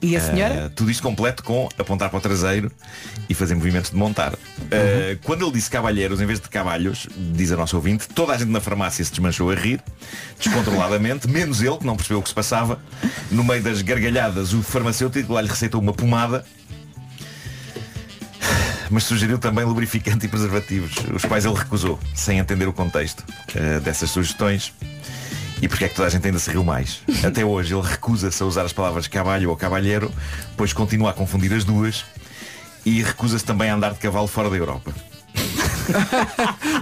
E a senhora?
Ah, tudo isto completo com apontar para o traseiro e fazer movimentos de montar.
Uhum.
Ah, Quando ele disse cavalheiros em vez de cavalhos, diz a nossa ouvinte, toda a gente na farmácia se desmanchou a rir, descontroladamente, menos ele, que não percebeu o que se passava. No meio das gargalhadas, o farmacêutico lá lhe receitou uma pomada. Mas sugeriu também lubrificante e preservativos, os quais ele recusou, sem entender o contexto ah, dessas sugestões. E porque é que toda a gente ainda se riu mais? Até hoje ele recusa-se a usar as palavras cabalho ou cabalheiro, pois continua a confundir as duas e recusa-se também a andar de cavalo fora da Europa.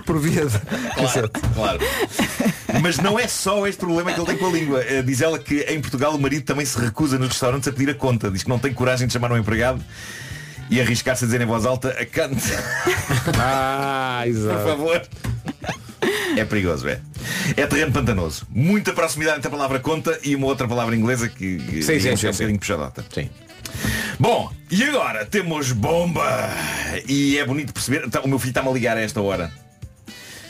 Por via de...
Claro, claro. Mas não é só este problema que ele tem com a língua. Eh, Diz ela que em Portugal o marido também se recusa nos restaurantes a pedir a conta. Diz que não tem coragem de chamar um empregado e arriscar-se a dizer em voz alta a cante.
Ah, exato.
Por favor. É perigoso, é. É terreno pantanoso. Muita proximidade entre a palavra conta e uma outra palavra inglesa que que-
Sim, sim,
é um
sim, sim.
bocadinho puxadota. Sim. Bom, e agora temos bomba. E é bonito perceber. Tá, o meu filho está-me a ligar a esta hora.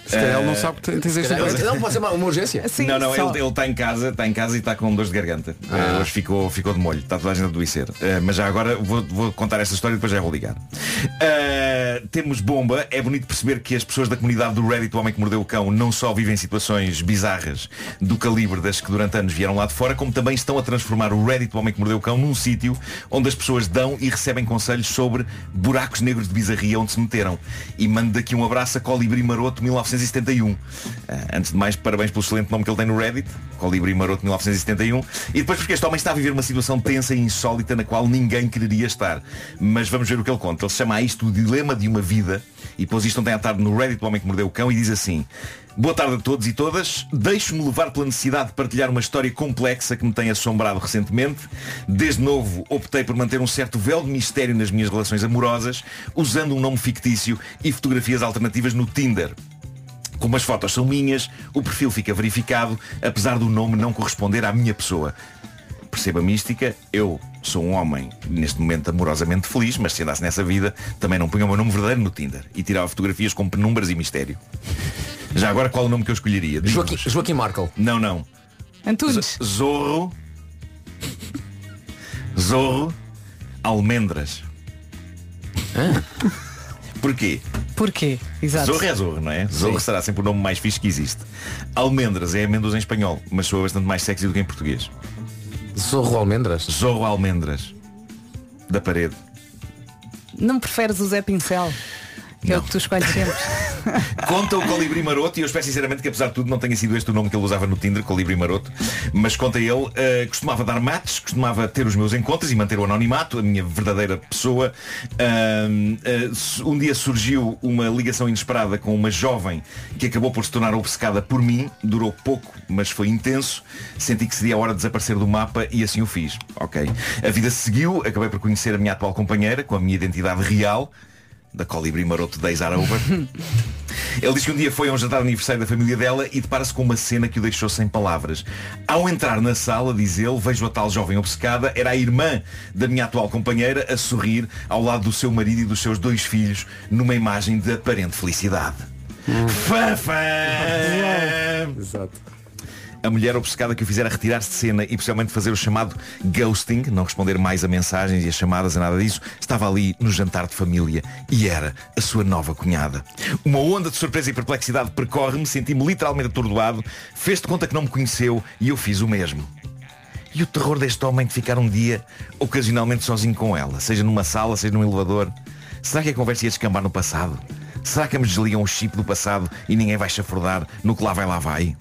Se calhar ele não sabe que tens este
calhar-
direito.
Não, pode ser uma, uma urgência.
Ah.
Assim,
não, não,
só.
ele ele está em casa, está em casa e está com dores de garganta. Eh, hoje ficou, ficou Tá de molho, está toda a gente a adoecer. Eh, mas já agora vou, vou contar esta história e depois já vou ligar. Eh, Uh, temos bomba. É bonito perceber que as pessoas da comunidade do Reddit do Homem que Mordeu o Cão não só vivem situações bizarras do calibre das que durante anos vieram lá de fora, como também estão a transformar o Reddit do Homem que Mordeu o Cão num sítio onde as pessoas dão e recebem conselhos sobre buracos negros de bizarria onde se meteram. E mando daqui um abraço a Colibri Maroto 1971. Ah, antes de mais, parabéns pelo excelente nome que ele tem no Reddit, Colibri Maroto 1971. E depois porque este homem está a viver uma situação tensa e insólita na qual ninguém quereria estar. Mas vamos ver o que ele conta. Ele chama a isto o dilema de uma vida e pôs isto ontem à tarde no Reddit do Homem que Mordeu o Cão e diz assim. Boa tarde a todos e todas. Deixo-me levar pela necessidade de partilhar uma história complexa que me tem assombrado recentemente. Desde novo, optei por manter um certo véu de mistério nas minhas relações amorosas, usando um nome fictício e fotografias alternativas no Tinder. Como as fotos são minhas, o perfil fica verificado, apesar do nome não corresponder à minha pessoa. Perceba a mística, eu sou um homem neste momento amorosamente feliz, mas se andasse nessa vida, também não punha o meu nome verdadeiro no Tinder e tirava fotografias com penumbras e mistério. Já agora qual o nome que eu escolheria? Joaquim,
Joaquim Markle.
Não, não.
Antunes.
Zorro. Zorro. Almendras. Porquê?
Porquê? Exato.
Zorro é Zorro, não é? Zorro será sempre o nome mais fixe que existe. Almendras é amêndoas em espanhol, mas soa bastante mais sexy do que em português.
Zorro Almendras?
Zorro Almendras. Da parede.
Não preferes o Zé Pincel? Que é o que tu escolhes sempre.
Conta o Colibri Maroto e eu espero sinceramente que apesar de tudo não tenha sido este o nome que ele usava no Tinder, Colibri Maroto, mas conta ele, eh, costumava dar mates, costumava ter os meus encontros e manter o anonimato, a minha verdadeira pessoa. Ahm, eh, su- um dia surgiu uma ligação inesperada com uma jovem que acabou por se tornar obcecada por mim, durou pouco, mas foi intenso, senti que seria a hora de desaparecer do mapa e assim o fiz. Ok. A vida seguiu, acabei por conhecer a minha atual companheira com a minha identidade real, da Colibri Maroto Days Are Over. Ele diz que um dia foi a um jantar de aniversário da família dela e depara-se com uma cena que o deixou sem palavras. Ao entrar na sala, diz ele, vejo a tal jovem obcecada, era a irmã da minha atual companheira, a sorrir ao lado do seu marido e dos seus dois filhos, numa imagem de aparente felicidade. Fã,
Hum.
fã!
Exato.
A mulher obcecada que o fizera retirar-se de cena e possivelmente fazer o chamado ghosting, não responder mais a mensagens e a chamadas a nada disso, estava ali no jantar de família e era a sua nova cunhada. Uma onda de surpresa e perplexidade percorre-me, senti-me literalmente atordoado, fez de conta que não me conheceu e eu fiz o mesmo. E o terror deste homem de ficar um dia ocasionalmente sozinho com ela, seja numa sala, seja num elevador. Será que a conversa ia descambar no passado? Será que me desligam o chip do passado e ninguém vai chafurdar no que lá vai lá vai?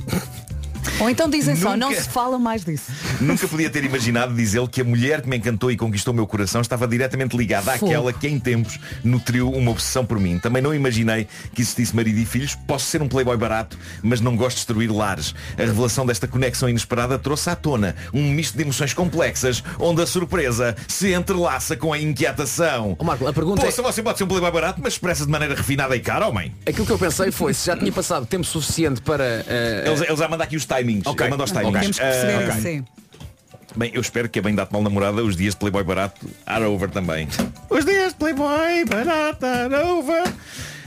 Ou então dizem só,
Nunca.
não se fala mais disso.
Nunca podia ter imaginado, diz ele, que a mulher que me encantou e conquistou o meu coração estava diretamente ligada
Fogo.
àquela que em tempos nutriu uma obsessão por mim. Também não imaginei que existisse marido e filhos. Posso ser um playboy barato, mas não gosto de destruir lares. A revelação desta conexão inesperada trouxe à tona um misto de emoções complexas, onde a surpresa se entrelaça com a inquietação.
Marco, a pergunta é-
Poxa, você pode ser um playboy barato, mas expressa de maneira refinada e cara, homem.
Aquilo que eu pensei foi se já tinha passado tempo suficiente para. eh,
Eles, eles já mandam aqui os timings.
Ok.
Ele manda os
Ok.
timings.
Temos que perceber,
Ah, ok.
sim.
Bem, eu espero que a bem dado mal namorada os dias de Playboy barato are over também. Os dias de Playboy barata are over.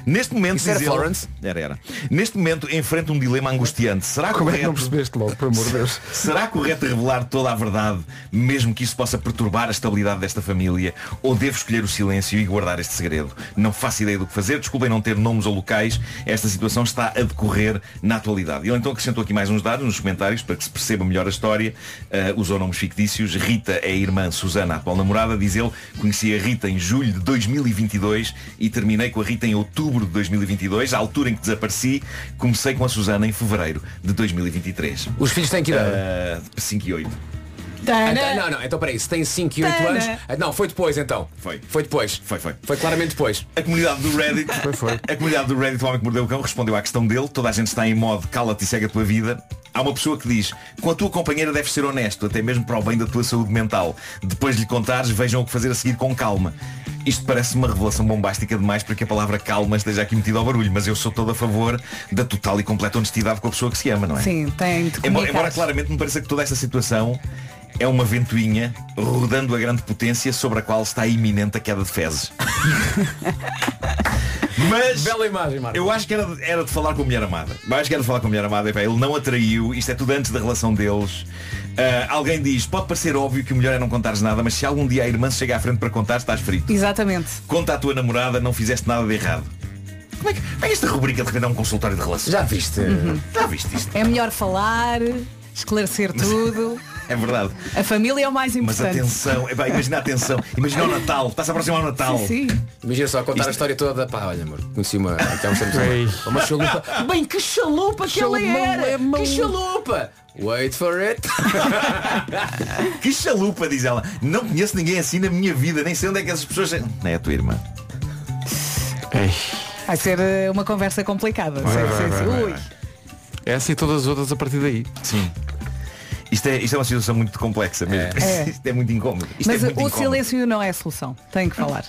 Neste momento,
Isso era
diz ele-
Florence?
Era, era. Neste momento enfrenta um dilema angustiante. Será
Como é que
correto
não percebeste logo, por amor de Deus?
Será correto revelar toda a verdade, mesmo que isso possa perturbar a estabilidade desta família? Ou devo escolher o silêncio e guardar este segredo? Não faço ideia do que fazer, desculpem não ter nomes ou locais, esta situação está a decorrer na atualidade. Ele então acrescentou aqui mais uns dados nos comentários para que se perceba melhor a história. Ah, usou nomes fictícios. Rita é a irmã de Susana, a atual namorada, diz ele. Conheci a Rita em julho de 2022 e terminei com a Rita em outubro de 2022, à altura em que desapareci. Comecei com a Susana em fevereiro de 2023.
Os filhos têm que ir.
Ah, 5 e 8.
Então, não, não, então peraí, se tem 5 e 8
Tana.
anos. Ah, Não, foi depois então.
Foi.
Foi depois.
Foi, foi.
Foi claramente depois.
A comunidade do Reddit A comunidade do Reddit, o homem que mordeu o cão, respondeu à questão dele. Toda a gente está em modo cala-te e segue a tua vida. Há uma pessoa que diz, com a tua companheira deves ser honesto, até mesmo para o bem da tua saúde mental. Depois de lhe contares, vejam o que fazer a seguir com calma. Isto parece uma revelação bombástica demais para que a palavra calma esteja aqui metida ao barulho, mas eu sou todo a favor da total e completa honestidade com a pessoa que se ama, não é?
Sim, tem de
Embora, embora
comunicar.
claramente me pareça que toda esta situação é uma ventoinha rodando a grande potência sobre a qual está iminente a queda de fezes. Mas Bela imagem, Marco. Eu acho que era, era de falar com a mulher amada. Eu acho que era de falar com a mulher amada. E, pá, ele não atraiu. Isto é tudo antes da relação deles. Ah, alguém diz, pode parecer óbvio que o melhor é não contares nada, mas se algum dia a irmã se chega à frente para contar, estás frito.
Exatamente.
Conta à tua namorada, não fizeste nada de errado. Como é que, como é que esta rubrica de repente é um consultório de relações? Já viste?
Uhum.
Já viste isto?
É melhor falar, esclarecer tudo.
É verdade.
A família é o mais
Mas
importante.
atenção, epá, imagina a atenção, imagina o Natal, está-se a aproximar o Natal.
Sim, sim.
Imagina só contar a história toda. Pá, olha amor, conheci uma. Aqui há uns tempos uma- uma chalupa.
Bem, que chalupa que ela
Chalupa,
era!
alemão.
Que chalupa!
Wait for it.
que chalupa, diz ela. Não conheço ninguém assim na minha vida, nem sei onde é que essas pessoas. Não é a tua irmã.
Vai ser eh, uma conversa complicada.
Vai,
Sim,
vai,
sim,
vai,
sim.
vai,
Ui.
vai.
Essa e todas as outras a partir daí.
Sim. Isto é, isto é uma situação muito complexa mesmo.
É.
Isto é muito incómodo. Isto
Mas
é muito
o
incómodo.
silêncio não é a solução. Tem que falar.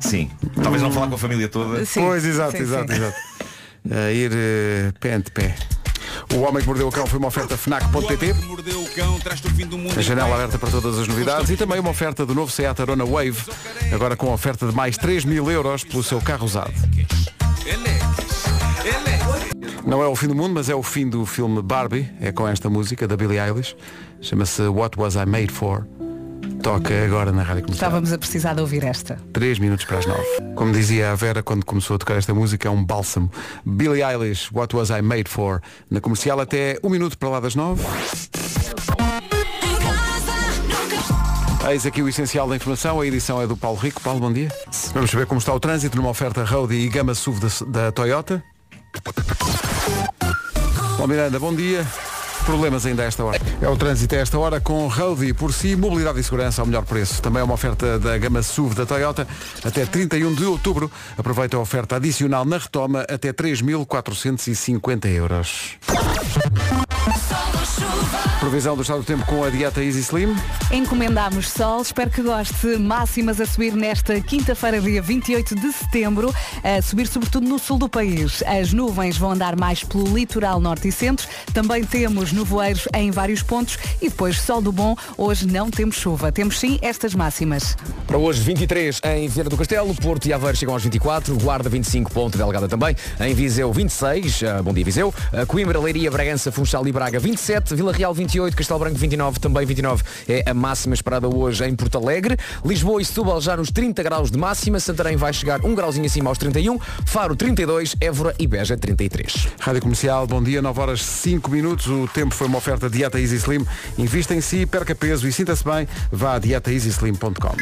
Sim. Talvez não falar com a família toda.
Sim.
Pois, exato,
Sim,
exato,
sim.
exato. A ir eh, pé ante pé. O Homem que Mordeu o Cão foi uma oferta FNAC.pt
Mordeu o cão, traz-te o fim do mundo
A
em
janela
cueca.
aberta para todas as novidades e também uma oferta do novo Seat Arona Wave, agora com oferta de mais 3 mil euros pelo seu carro usado. Não é o fim do mundo, mas é o fim do filme Barbie, é com esta música da Billie Eilish, chama-se What Was I Made For, toca agora na Rádio Comercial.
Estávamos a precisar de ouvir esta.
3 minutos para as 9. Como dizia a Vera quando começou a tocar esta música, é um bálsamo. Billie Eilish, What Was I Made For? Na comercial até 1 minuto para lá das 9. Eis aqui o essencial da informação, a edição é do Paulo Rico. Paulo, bom dia. Vamos saber como está o trânsito numa oferta Road e Gama SUV da, da Toyota. Bom, Miranda, bom dia. Problemas ainda a esta hora. É o trânsito a esta hora com Roadie por si, mobilidade e segurança ao melhor preço. Também é uma oferta da gama SUV da Toyota até 31 de outubro. Aproveita a oferta adicional na retoma até 3.450 euros. Previsão do estado do tempo com a dieta Easy Slim.
Encomendámos sol, espero que goste. Máximas a subir nesta quinta-feira, dia 28 de setembro, a subir sobretudo no sul do país. As nuvens vão andar mais pelo litoral norte e centro. Também temos nevoeiros em vários pontos e depois sol do bom. Hoje não temos chuva, temos sim estas máximas.
Para hoje, 23 em Viana do Castelo, Porto e Aveiro chegam aos 24, Guarda 25, Ponte Delgada também, em Viseu 26, eh, bom dia Viseu, eh, Coimbra, Leiria, Bragança, Funchal e Braga 27, Vila Real 28, Castelo Branco 29, também 29 é a máxima esperada hoje em Porto Alegre, Lisboa e Setúbal já nos 30 graus de máxima, Santarém vai chegar um grauzinho acima aos 31, Faro 32, Évora e Beja 33.
Rádio Comercial, bom dia, 9 horas 5 minutos. O tempo foi uma oferta Dieta Easy Slim. Invista em si, perca peso e sinta-se bem. Vá a dietaeasyslim.com.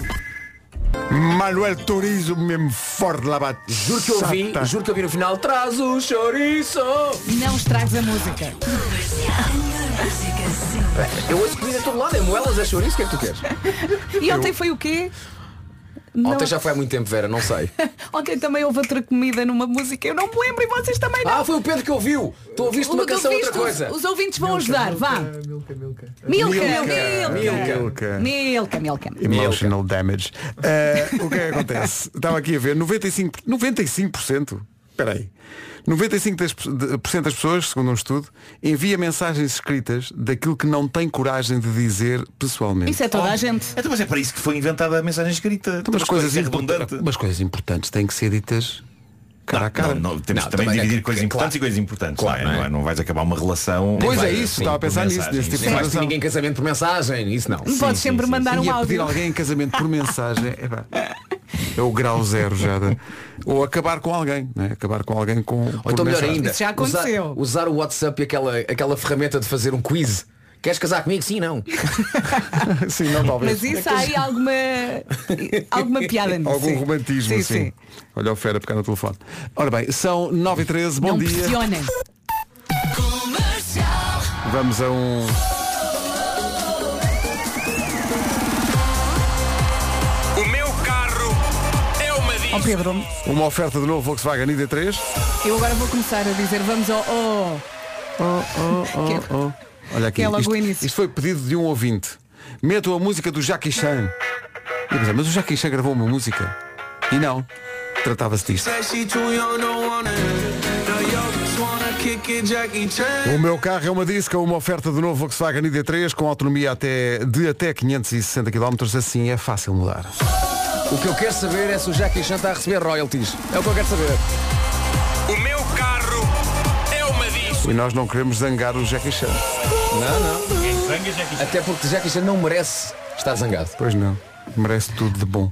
Manuel Turizo, mesmo forte lá bate.
Juro que eu vi, juro que eu vi no final, traz o chouriço!
Não estragues a música.
Eu ouço comida a todo lado, é moelas, é chouriço, o que é que tu queres?
E ontem foi o quê?
Ontem já foi há muito tempo, Vera, não sei.
Ontem também houve outra comida numa música, eu não me lembro e vocês também não.
Ah, foi o Pedro que ouviu. Tu ouviste uma
Tu
canção é outra
ouviste,
coisa.
Os, os ouvintes vão ajudar, vá.
Milka,
Milka, Milka,
Milka.
Milka. Milka, Milka.
Emotional damage. Eh, o que é que acontece? Estava aqui a ver, 95%, 95%, espera aí, 95% das, pe- de- por cento das pessoas, segundo um estudo, envia mensagens escritas daquilo que não tem coragem de dizer pessoalmente.
Isso é toda a gente.
Então, mas é para isso que foi inventada a mensagem escrita.
Então, mas coisas,
é
impor-
redundante.
mas coisas importantes têm que ser ditas cara a cara.
Não, não, temos
Não,
também
também
de
é
dividir
que-
coisas
que-
importantes
claro.
e coisas importantes.
Claro,
não, é?
não
não,
é?
é? não vais acabar uma relação.
Pois
Vai,
é isso,
assim,
estava a
por
pensar nisso,
mensagem.
nesse tipo de
Sim.
relação.
Ninguém em casamento por mensagem, isso não.
Sim, Podes sim, sempre sim, mandar sim. um
e a
áudio.
pedir alguém em casamento por mensagem. epá, É o grau zero já. da- Ou acabar com alguém, né? acabar com alguém com.
Ou
por
então melhor
mensagem.
ainda, Usar, usar o WhatsApp e aquela, aquela ferramenta de fazer um quiz. Queres casar comigo? Sim, não.
Sim, não, talvez.
Mas isso há aí alguma, alguma piada nisso.
Algum
sim.
romantismo,
sim,
assim.
sim.
Olha o fera pegar no telefone. Ora bem, são 9 e 13 bom
não
dia.
É um pressionem.
Vamos a um.
O meu carro é uma
Ó
disco.
Pedro,
Uma oferta do novo Volkswagen ID3.
eu agora vou começar a dizer vamos ao. Oh, Que-
Oh, Olha aqui.
Que é logo
isto,
o início.
isto foi pedido de um ouvinte. Metam a música do Jackie Chan. E eu pensei, mas o Jackie Chan gravou uma música. E não. Tratava-se disto. O meu carro é uma disco, uma oferta do novo Volkswagen ID3 com autonomia até, de até 560 km, assim é fácil mudar.
O que eu quero saber é se o Jackie Chan está a receber royalties. É o que eu quero saber.
O meu carro é uma disco.
E nós não queremos zangar o Jackie Chan.
Não, não. Até porque Jackie Chan não merece estar zangado.
Pois não. Merece tudo de bom.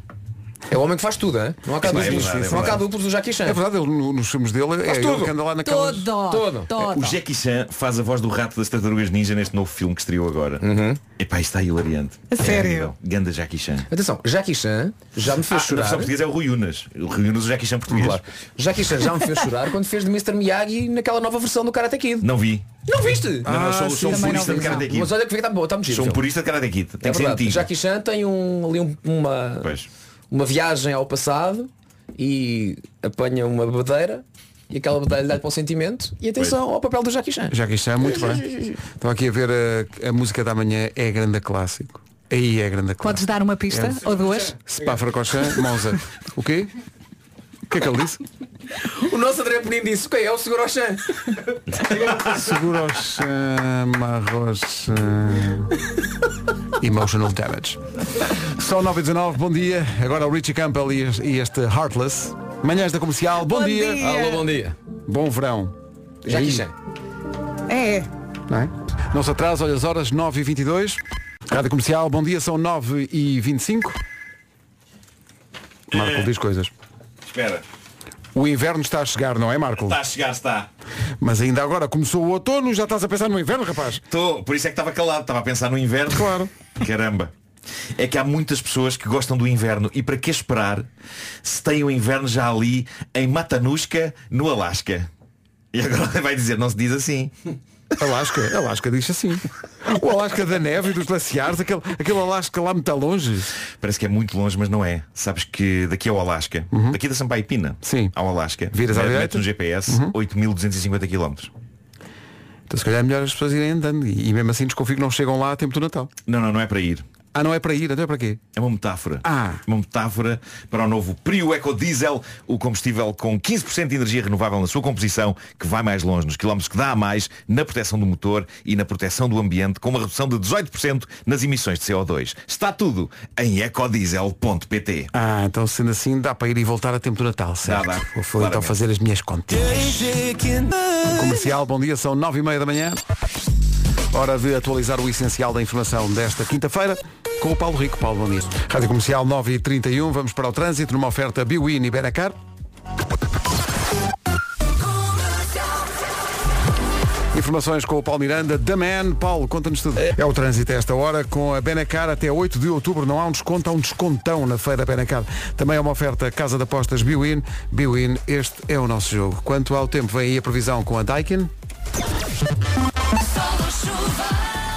É o homem que faz tudo, hein? Não há cá
Sim, é
dúvidas.
verdade, é
Não há cá
verdade.
dúvidas do Jackie Chan.
É verdade, ele, no- nos filmes dele
Faz
é
tudo.
ele que anda lá naquelas...
Todo.
É O Jackie Chan faz a voz do rato das tartarugas ninja neste novo filme que estreou agora.
Uhum.
Epá, isto está hilariante. É
A sério?
incrível. Ganda Jackie Chan.
Atenção, Jackie Chan já me fez
Ah, na
chorar.
versão portuguesa é o Rui Unas. O Rui Unas, o Jackie Chan português.
Claro. Jackie Chan já me fez chorar quando fez de Mr. Miyagi naquela nova versão do Karate Kid.
Não vi.
Não viste?
Ah,
Não, não, sou- sou um
Ah, Também
purista
não
de
vi.
Karate Kid.
Mas olha que está bom, está muito giro.
Sou
o
um
filme.
purista de Karate Kid. Tem
É
que ser
verdade.
antigo.
Jackie Chan tem um, ali um- uma, uma viagem ao passado e apanha uma badeira e aquela badeira lhe dá para o sentimento e atenção ao papel do Jackie Chan.
Jackie Chan, é muito bem. Estava aqui a ver a, a música da manhã, é grande clássico. Aí é grande clássico.
Podes dar uma pista
É.
ou duas?
Sepáfra Cochan, Monza. O quê? O que é que ele disse?
O nosso André Penin disse, ok, é o Seguro Chan.
Seguro Marrocha. Emotional damage. Só 9 e 19, bom dia. Agora o Richie Campbell e este- e este Heartless. Manhãs da comercial, bom,
Bom
dia.
dia. Alô, bom
dia.
Bom verão.
Jackie
Aí,
Chan.
É.
Não, é? Não se atrasa, olha as horas, 9 e 22. Rádio comercial, bom dia, são 9 e 25. Marco diz coisas.
Espera.
O inverno está a chegar, não é, Marco?
Está a chegar, está.
Mas ainda agora começou o outono, já estás a pensar no inverno, rapaz.
Estou, por isso é que estava calado, estava a pensar no inverno.
Claro.
Caramba. É que há muitas pessoas que gostam do inverno e para que esperar se tem o inverno já ali em Matanuska, no Alasca. E agora vai dizer, não se diz assim.
Alasca, Alasca diz assim. O Alasca da neve e dos glaciares, aquele, aquele Alasca lá muito longe.
Parece que é muito longe, mas não é. Sabes que daqui ao Alasca, daqui da Sampaio Pina, Sim. ao Alasca,
Uhum. Viras à
mete- um
direita? Uhum.
metes no GPS 8.250 km.
Então se calhar é melhor as pessoas irem andando e, e mesmo assim desconfio que não chegam lá a tempo do Natal.
Não, não, não é para ir.
Ah, não é para ir, então é para quê?
É uma metáfora.
Ah.
Uma metáfora para o novo Prio Eco Diesel, o combustível com 15% de energia renovável na sua composição, que vai mais longe nos quilómetros que dá a mais, na proteção do motor e na proteção do ambiente, com uma redução de 18% nas emissões de CO2. Está tudo em ecodiesel.pt.
Ah, então sendo assim dá para ir e voltar a tempo do Natal, certo?
Dá, dá.
Vou vou então
Claramente.
fazer as minhas contas. Comercial, bom dia, são nove e meia da manhã. Hora de atualizar o essencial da informação desta quinta-feira com o Paulo Rico. Paulo, bom dia. Rádio Comercial 9 e 31 vamos para o trânsito numa oferta Biwin e Benacar. Informações com o Paulo Miranda, The Man. Paulo, conta-nos tudo. É o trânsito a esta hora, com a Benacar até 8 de outubro. Não há um desconto, há um descontão na feira Benacar. Também é uma oferta Casa de Apostas Biwin. Biwin, este é o nosso jogo. Quanto ao tempo, vem aí a previsão com a Daikin.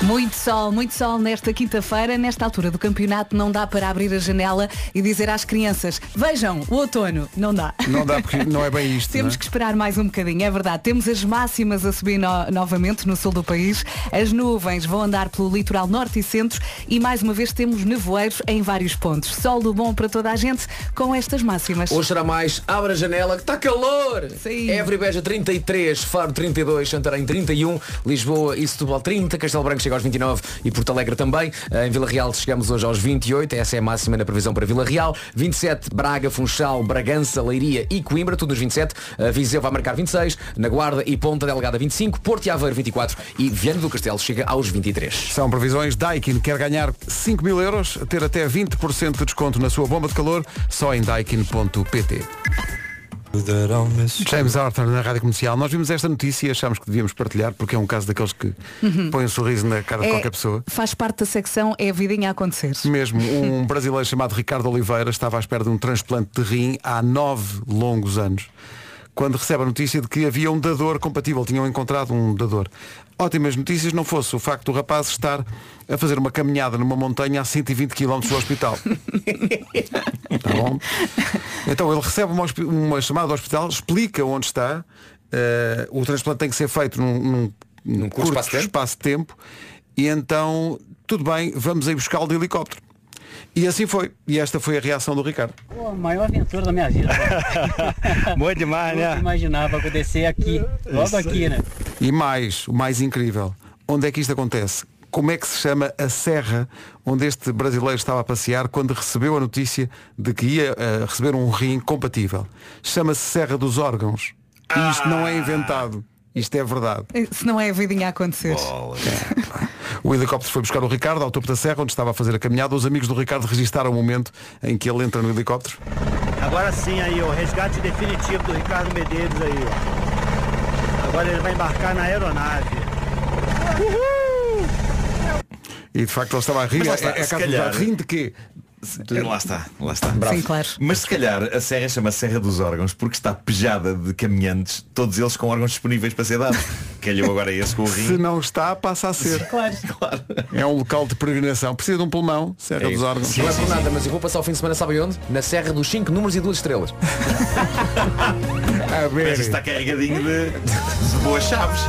Muito sol, muito sol nesta quinta-feira. Nesta altura do campeonato não dá para abrir a janela e dizer às crianças, vejam, o outono, não dá.
Não dá porque não é bem isto. não
Temos
é?
que esperar mais um bocadinho, é verdade. Temos as máximas a subir no- novamente no sul do país. As nuvens vão andar pelo litoral norte e centro e mais uma vez temos nevoeiros em vários pontos. Sol do bom para toda a gente com estas máximas.
Hoje será mais Abra a Janela, que está calor!
Sim.
Évora e Beja 33, Faro 32, Santarém 31, Lisboa e Setúbal 30, Castelo Branco chega aos 29 e Porto Alegre também. Eh, Em Vila Real chegamos hoje aos 28, essa é a máxima na previsão para Vila Real. 27, Braga, Funchal, Bragança, Leiria e Coimbra, tudo nos 27. Eh, Viseu vai marcar 26, na Guarda e Ponta Delgada 25, Porto e Aveiro 24 e Viana do Castelo chega aos 23.
São previsões. Daikin quer ganhar 5 mil euros, ter até 20% de desconto na sua bomba de calor, só em daikin.pt. James Arthur na Rádio Comercial. Nós vimos esta notícia e achámos que devíamos partilhar porque é um caso daqueles que
Uhum.
põe um sorriso na cara de
É,
qualquer pessoa.
Faz parte da secção É a Vidinha a Acontecer.
Mesmo, um brasileiro chamado Ricardo Oliveira estava à espera de um transplante de rim há nove longos anos. Quando recebe a notícia de que havia um dador compatível, tinham encontrado um dador. Ótimas notícias não fosse o facto do rapaz estar a fazer uma caminhada numa montanha a 120 km do hospital. Tá bom? Então ele recebe uma, hospi- uma chamada do hospital, explica onde está, eh, o transplante tem que ser feito num, num- num curto, espaço de tempo, e então, tudo bem, vamos aí buscá-lo de helicóptero. E assim foi. E esta foi a reação do Ricardo.
Pô, a maior aventura da minha vida.
Boa demais,
Nunca imaginava acontecer aqui, logo aqui, né?
E mais, o mais incrível. Onde é que isto acontece? como é que se chama a serra onde este brasileiro estava a passear quando recebeu a notícia de que ia eh, receber um rim compatível. Chama-se Serra dos Órgãos. E isto não é inventado. Isto é verdade.
Se não é a vidinha a acontecer.
O helicóptero foi buscar o Ricardo ao topo da serra onde estava a fazer a caminhada. Os amigos do Ricardo registaram o momento em que ele entra no helicóptero.
Agora sim aí, ó, o resgate definitivo do Ricardo Medeiros aí, ó. Agora ele vai embarcar na aeronave. Uhul!
E de facto ele estava a
Mas
rir.
lá está,
é, é
se
cá
calhar-
tudo, rindo de quê?
Então, Lá está, lá está.
Bravo. Sim, claro.
Mas se calhar a serra chama Serra dos Órgãos porque está pejada de caminhantes, todos eles com órgãos disponíveis para ser dado. Calhou agora esse com o
Se
rim.
não está, passa a ser.
Claro, claro.
É um local de peregrinação. Precisa de um pulmão, Serra
É
dos
isso.
Órgãos.
Não é por nada, mas eu vou passar o fim de semana, sabe onde? Na Serra dos 5 números e duas estrelas.
A ver.
Está carregadinho de, de boas chaves.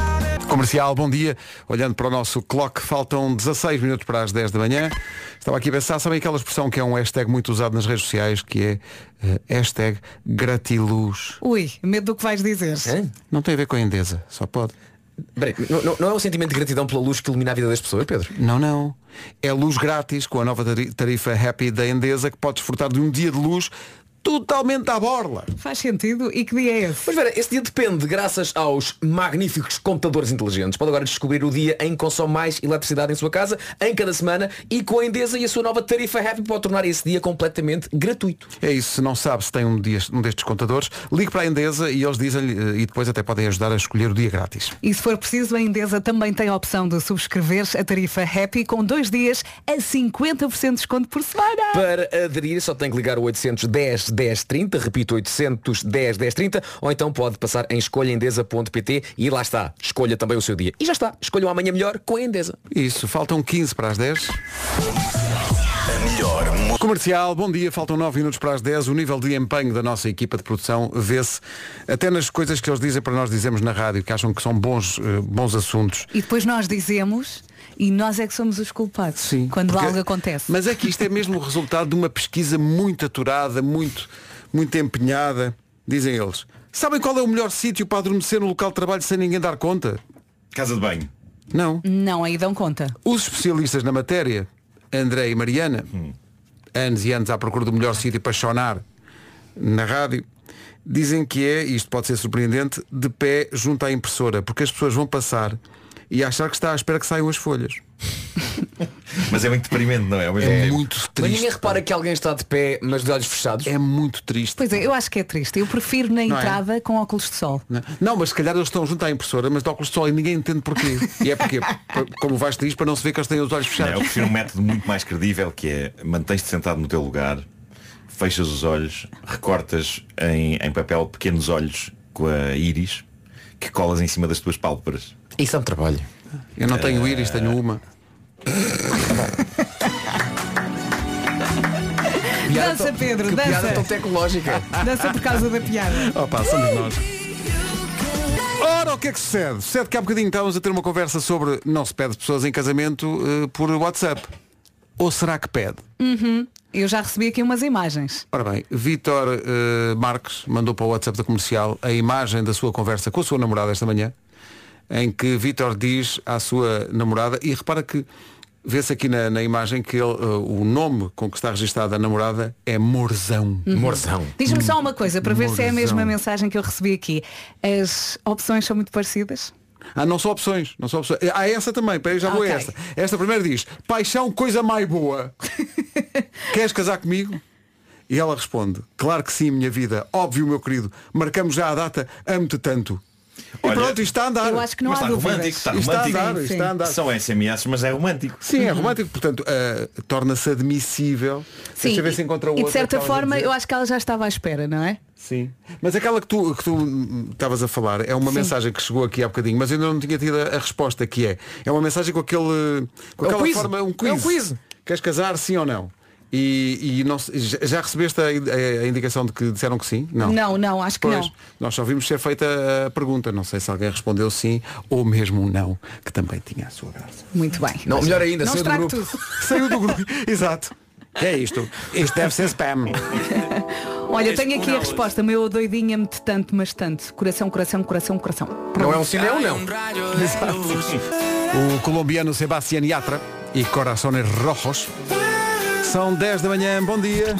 Comercial, bom dia. Olhando para o nosso clock, faltam 16 minutos para as 10 da manhã. Estava aqui a pensar, sabem aquela expressão que é um hashtag muito usado nas redes sociais, que é eh, hashtag gratiluz.
Ui, medo do que vais dizer.
Não tem a ver com a Endesa, só pode.
Peraí, não, não- não é o sentimento de gratidão pela luz que ilumina a vida das pessoas, Pedro?
Não, não. É luz grátis com a nova tari- tarifa Happy da Endesa que pode desfrutar de um dia de luz totalmente à borla.
Faz sentido. E que dia é esse?
Mas Vera, esse dia depende, graças aos magníficos computadores inteligentes. Pode agora descobrir o dia em que consome mais eletricidade em sua casa, em cada semana, e com a Endesa e a sua nova tarifa Happy pode tornar esse dia completamente gratuito.
É isso, se não sabe se tem um, dias- um destes contadores, ligue para a Endesa e eles dizem-lhe, eh, e depois até podem ajudar a escolher o dia grátis.
E se for preciso, a Endesa também tem a opção de subscrever a tarifa Happy com dois dias a 50% de desconto por semana.
Para aderir só tem que ligar o 810 10 30, repito 810 10 30, ou então pode passar em escolhaendesa.pt e lá está, escolha também o seu dia. E já está, escolha o amanhã melhor com a Endesa.
Isso, faltam 15 para as 10. Melhor. Comercial, bom dia, faltam 9 minutos para as 10. O nível de empenho da nossa equipa de produção vê-se até nas coisas que eles dizem para nós dizemos na rádio, que acham que são bons, eh, bons assuntos.
E depois nós dizemos e nós é que somos os culpados quando
porque-
algo acontece.
Mas é que isto é mesmo o resultado de uma pesquisa muito aturada, muito, muito empenhada, dizem eles. Sabem qual é o melhor sítio para adormecer no local de trabalho sem ninguém dar conta?
Casa de banho.
Não.
Não, aí dão conta.
Os especialistas na matéria, André e Mariana, anos e anos à procura do melhor sítio para chonar na rádio, dizem que é, e isto pode ser surpreendente, de pé junto à impressora, porque as pessoas vão passar e achar que está à espera que saiam as folhas.
Mas é muito deprimente, não é? Ao mesmo
É
tempo.
muito
Mas ninguém repara que alguém está de pé, mas de olhos fechados.
É muito triste.
Pois é, eu acho que é triste. Eu prefiro na
Não é?
entrada com óculos de sol.
Não é? Não, mas se calhar eles estão junto à impressora, mas de óculos de sol e ninguém entende porquê. E é porque, p- como vais diz, para não se ver que eles têm os olhos
Não, eu
fechados.
prefiro um método muito mais credível que é mantens-te sentado no teu lugar, fechas os olhos, recortas em, em papel pequenos olhos com a íris que colas em cima das tuas pálpebras.
Isso é um trabalho.
Eu não tenho íris, tenho uma.
Dança, Pedro,
que piada tão
dança.
Então, tecnológica.
Dança por causa da piada.
Opa, somos nós. Ora, o que é que sucede? Sucede que há bocadinho estávamos a ter uma conversa sobre não se pede pessoas em casamento eh, por WhatsApp. Ou será que pede?
Uhum. Eu já recebi aqui umas imagens.
Ora bem, Vítor eh, Marques mandou para o WhatsApp da comercial a imagem da sua conversa com a sua namorada esta manhã, em que Vítor diz à sua namorada, e repara que vê-se aqui na, na imagem que ele, eh, o nome com que está registada a namorada é Morzão.
Uhum. Diz-me só uma coisa, para ver se é a mesma
Morzão.
mensagem que eu recebi aqui. As opções são muito parecidas?
Ah, não são opções, não são opções. Ah, Há essa também, peraí, já vou
Ok.
a esta. Esta primeira diz, paixão, coisa mais boa. Queres casar comigo? E ela responde, claro que sim, minha vida, óbvio, meu querido, marcamos já a data, amo-te tanto. e pronto, isto está a andar.
Eu acho que não
mas
há
está
dúvidas.
romântico, está
Isto está a
romântico.
andar, isto está a andar.
São SMS, mas é romântico.
Sim,
Uhum.
é romântico, portanto, ah, torna-se admissível.
Sim,
Deixa eu ver se encontra outra.
e de certa
que estava a
forma
dizer.
eu acho que ela já estava à espera, não é?
Sim. Mas aquela que tu que tu, hum, estavas a falar é uma
Sim.
mensagem que chegou aqui há bocadinho, mas eu ainda não tinha tido a a resposta que é. É uma mensagem com aquele com
É um
aquela
quiz.
forma, um
É
quiz.
um quiz.
Queres casar sim ou não? E, e não se- já- já recebeste a, a- a indicação de que disseram que sim? Não.
Não, não, acho que
Pois,
não.
nós só vimos ser feita a pergunta. Não sei se alguém respondeu sim ou mesmo um não, que também tinha a sua graça.
Muito bem.
Não, melhor ainda,
não
saiu do
estrague
grupo.
tudo.
Saiu do grupo. Exato. É isto. Isto deve ser spam.
Olha, tenho aqui a resposta. Meu doidinho amo-te
é um
tanto, mas tanto. Coração, coração, coração, coração.
Não é um sinal, não.
O colombiano Sebastián Yatra e Corazones Rojos. São 10 da manhã, bom dia.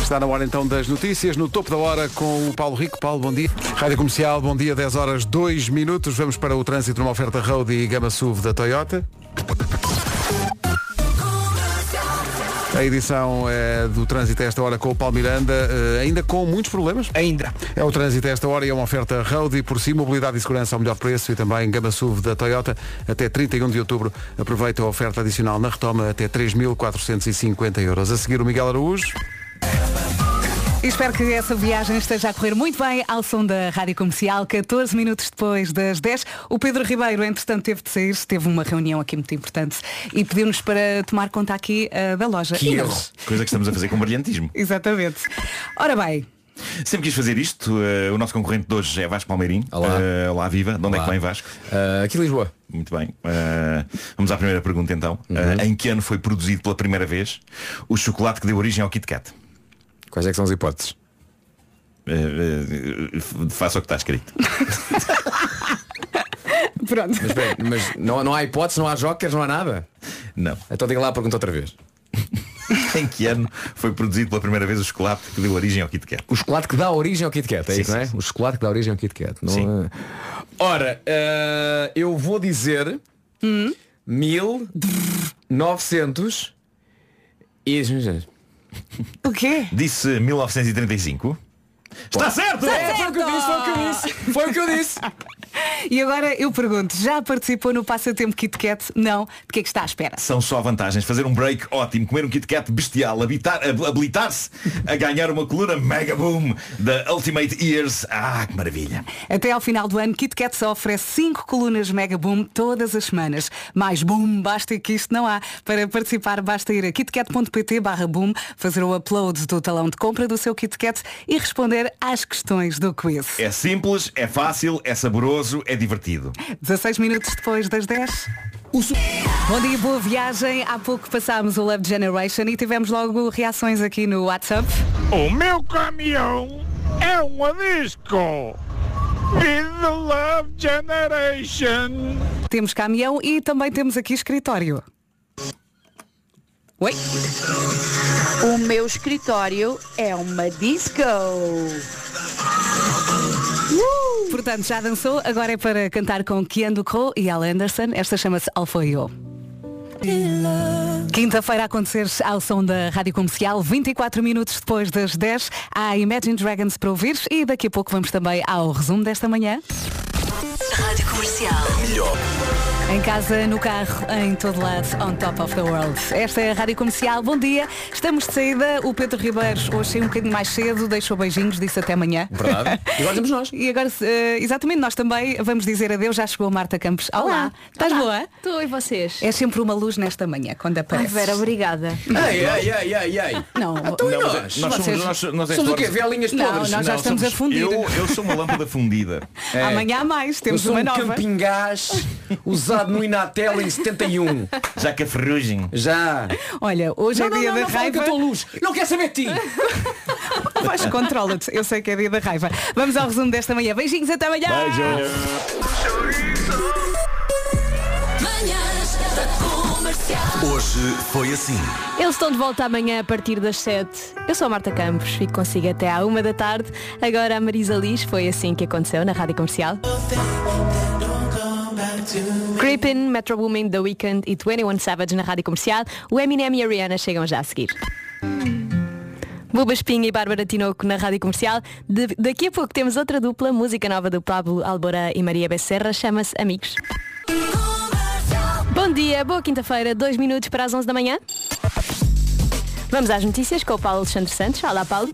Está na hora então das notícias, no topo da hora com o Paulo Rico. Paulo, bom dia. Rádio Comercial, bom dia, 10 horas 2 minutos. Vamos para o trânsito numa oferta Road e Gama SUV da Toyota. A edição eh, do trânsito a esta hora com o Paulo Miranda, eh, ainda com muitos problemas? Ainda. É o trânsito a esta hora e é uma oferta Road e por si, mobilidade e segurança ao melhor preço e também Gama SUV da Toyota até 31 de outubro. Aproveita a oferta adicional na retoma até 3.450 euros. A seguir o Miguel Araújo.
E espero que essa viagem esteja a correr muito bem ao som da Rádio Comercial, 14 minutos depois das 10. O Pedro Ribeiro, entretanto, teve de sair, teve uma reunião aqui muito importante e pediu-nos para tomar conta aqui ah, da loja. E nós-
Coisa que estamos a fazer com brilhantismo.
Exatamente. Ora bem,
Sempre quis fazer isto. eh, o nosso concorrente de hoje é Vasco Palmeirim. Olá. olá, viva. De onde é que
Olá.
vem Vasco?
Ah, aqui em Lisboa.
Muito bem. Eh, vamos à primeira pergunta então.
Uhum.
Eh, em que ano foi produzido pela primeira vez o chocolate que deu origem ao Kit Kat? Eh,
Quais é que são as hipóteses?
faça o que está escrito.
Pronto.
Mas, bem, mas não, não há hipótese, não há jokers, não há nada?
Não.
Então diga lá a pergunta outra vez.
em que ano foi produzido pela primeira vez o chocolate que deu origem ao Kit Kat?
O chocolate que dá origem ao Kit Kat, é
Sim,
isso, não é?
sim,
O chocolate que dá origem ao Kit Kat. Não é? Ora, eh, eu vou dizer Hum. 1900 e...
O quê?
Disse 1935. Está certo!
Está
Foi o que eu disse, foi o que eu disse.
Foi o que eu disse.
E agora eu pergunto, já participou no Passatempo Kit Kat? Não. De que é que está à espera?
São só vantagens. Fazer um break ótimo, comer um Kit Kat bestial, habitar- hab- habilitar-se a ganhar uma coluna Mega Boom da Ultimate Years. Ah, que maravilha.
Até ao final do ano, Kit Kat só oferece 5 colunas Mega Boom todas as semanas. Mais boom, basta que isto não há. Para participar, basta ir a kitkat.pt barra boom, fazer o upload do talão de compra do seu Kit Kat e responder às questões do quiz.
É simples, é fácil, é saboroso, é divertido.
16 minutos depois das 10. Bom dia, boa viagem. Há pouco passámos o Love Generation e tivemos logo reações aqui no WhatsApp.
O meu caminhão é um disco. With the Love Generation.
Temos caminhão e também temos aqui escritório. Oi?
O meu escritório é uma disco.
Portanto, já dançou, agora é para cantar com Keanu Crow e Al Anderson. Esta chama-se Alfoio. Quinta-feira a acontecer ao som da Rádio Comercial, 24 minutos depois das 10, há Imagine Dragons para ouvir e daqui a pouco vamos também ao resumo desta manhã.
Rádio Comercial. Melhor.
Em casa, no carro, em todo lado, on top of the world. Esta é a Rádio Comercial, bom dia. Estamos de saída, o Pedro Ribeiro hoje saiu um bocadinho mais cedo, deixou beijinhos, disse até amanhã.
Verdade.
E agora temos nós. E agora, eh, exatamente, nós também vamos dizer adeus, já chegou a Marta Campos. Olá, estás boa?
Estou e vocês?
É sempre uma luz nesta manhã, quando
Ai,
aparece.
Vera, obrigada.
Ei, ei, ei, ei, ei.
Não,
Então e
Não, mas
nós?
nós somos-
Vocês-
nós- nós é
somos o quê?
flores-
Velinhas
Não,
podres?
nós já estamos
somos-
a fundir.
Eu, eu sou uma lâmpada fundida.
é. Amanhã há mais, temos
eu sou
uma
um
nova.
camping gás usado no Inatel em 71.
Já que a ferrugem.
Já.
Olha, hoje
Não,
é
não,
dia
não,
da
não fala
raiva.
que eu estou luz. Não quer saber de ti.
Vais, controla-te. Eu sei que é dia da raiva. Vamos ao resumo desta manhã. Beijinhos até amanhã.
Manhãs da comercial.
Hoje foi assim.
Eles estão de volta amanhã a partir das 7. Eu sou a Marta Campos, fico consigo até à 1 da tarde. Agora a Marisa Liz, foi assim que aconteceu na Rádio Comercial. Creepin, Metro Woman, The Weeknd e 21 Savage na Rádio Comercial. O Eminem e a Rihanna chegam já a seguir. Buba Espinha e Bárbara Tinoco na Rádio Comercial. De- daqui a pouco temos outra dupla, música nova do Pablo Albora e Maria Becerra, chama-se Amigos. Bom dia, boa quinta-feira, dois minutos para as 11 da manhã. Vamos às notícias com o Paulo Alexandre Santos. Olá, Paulo.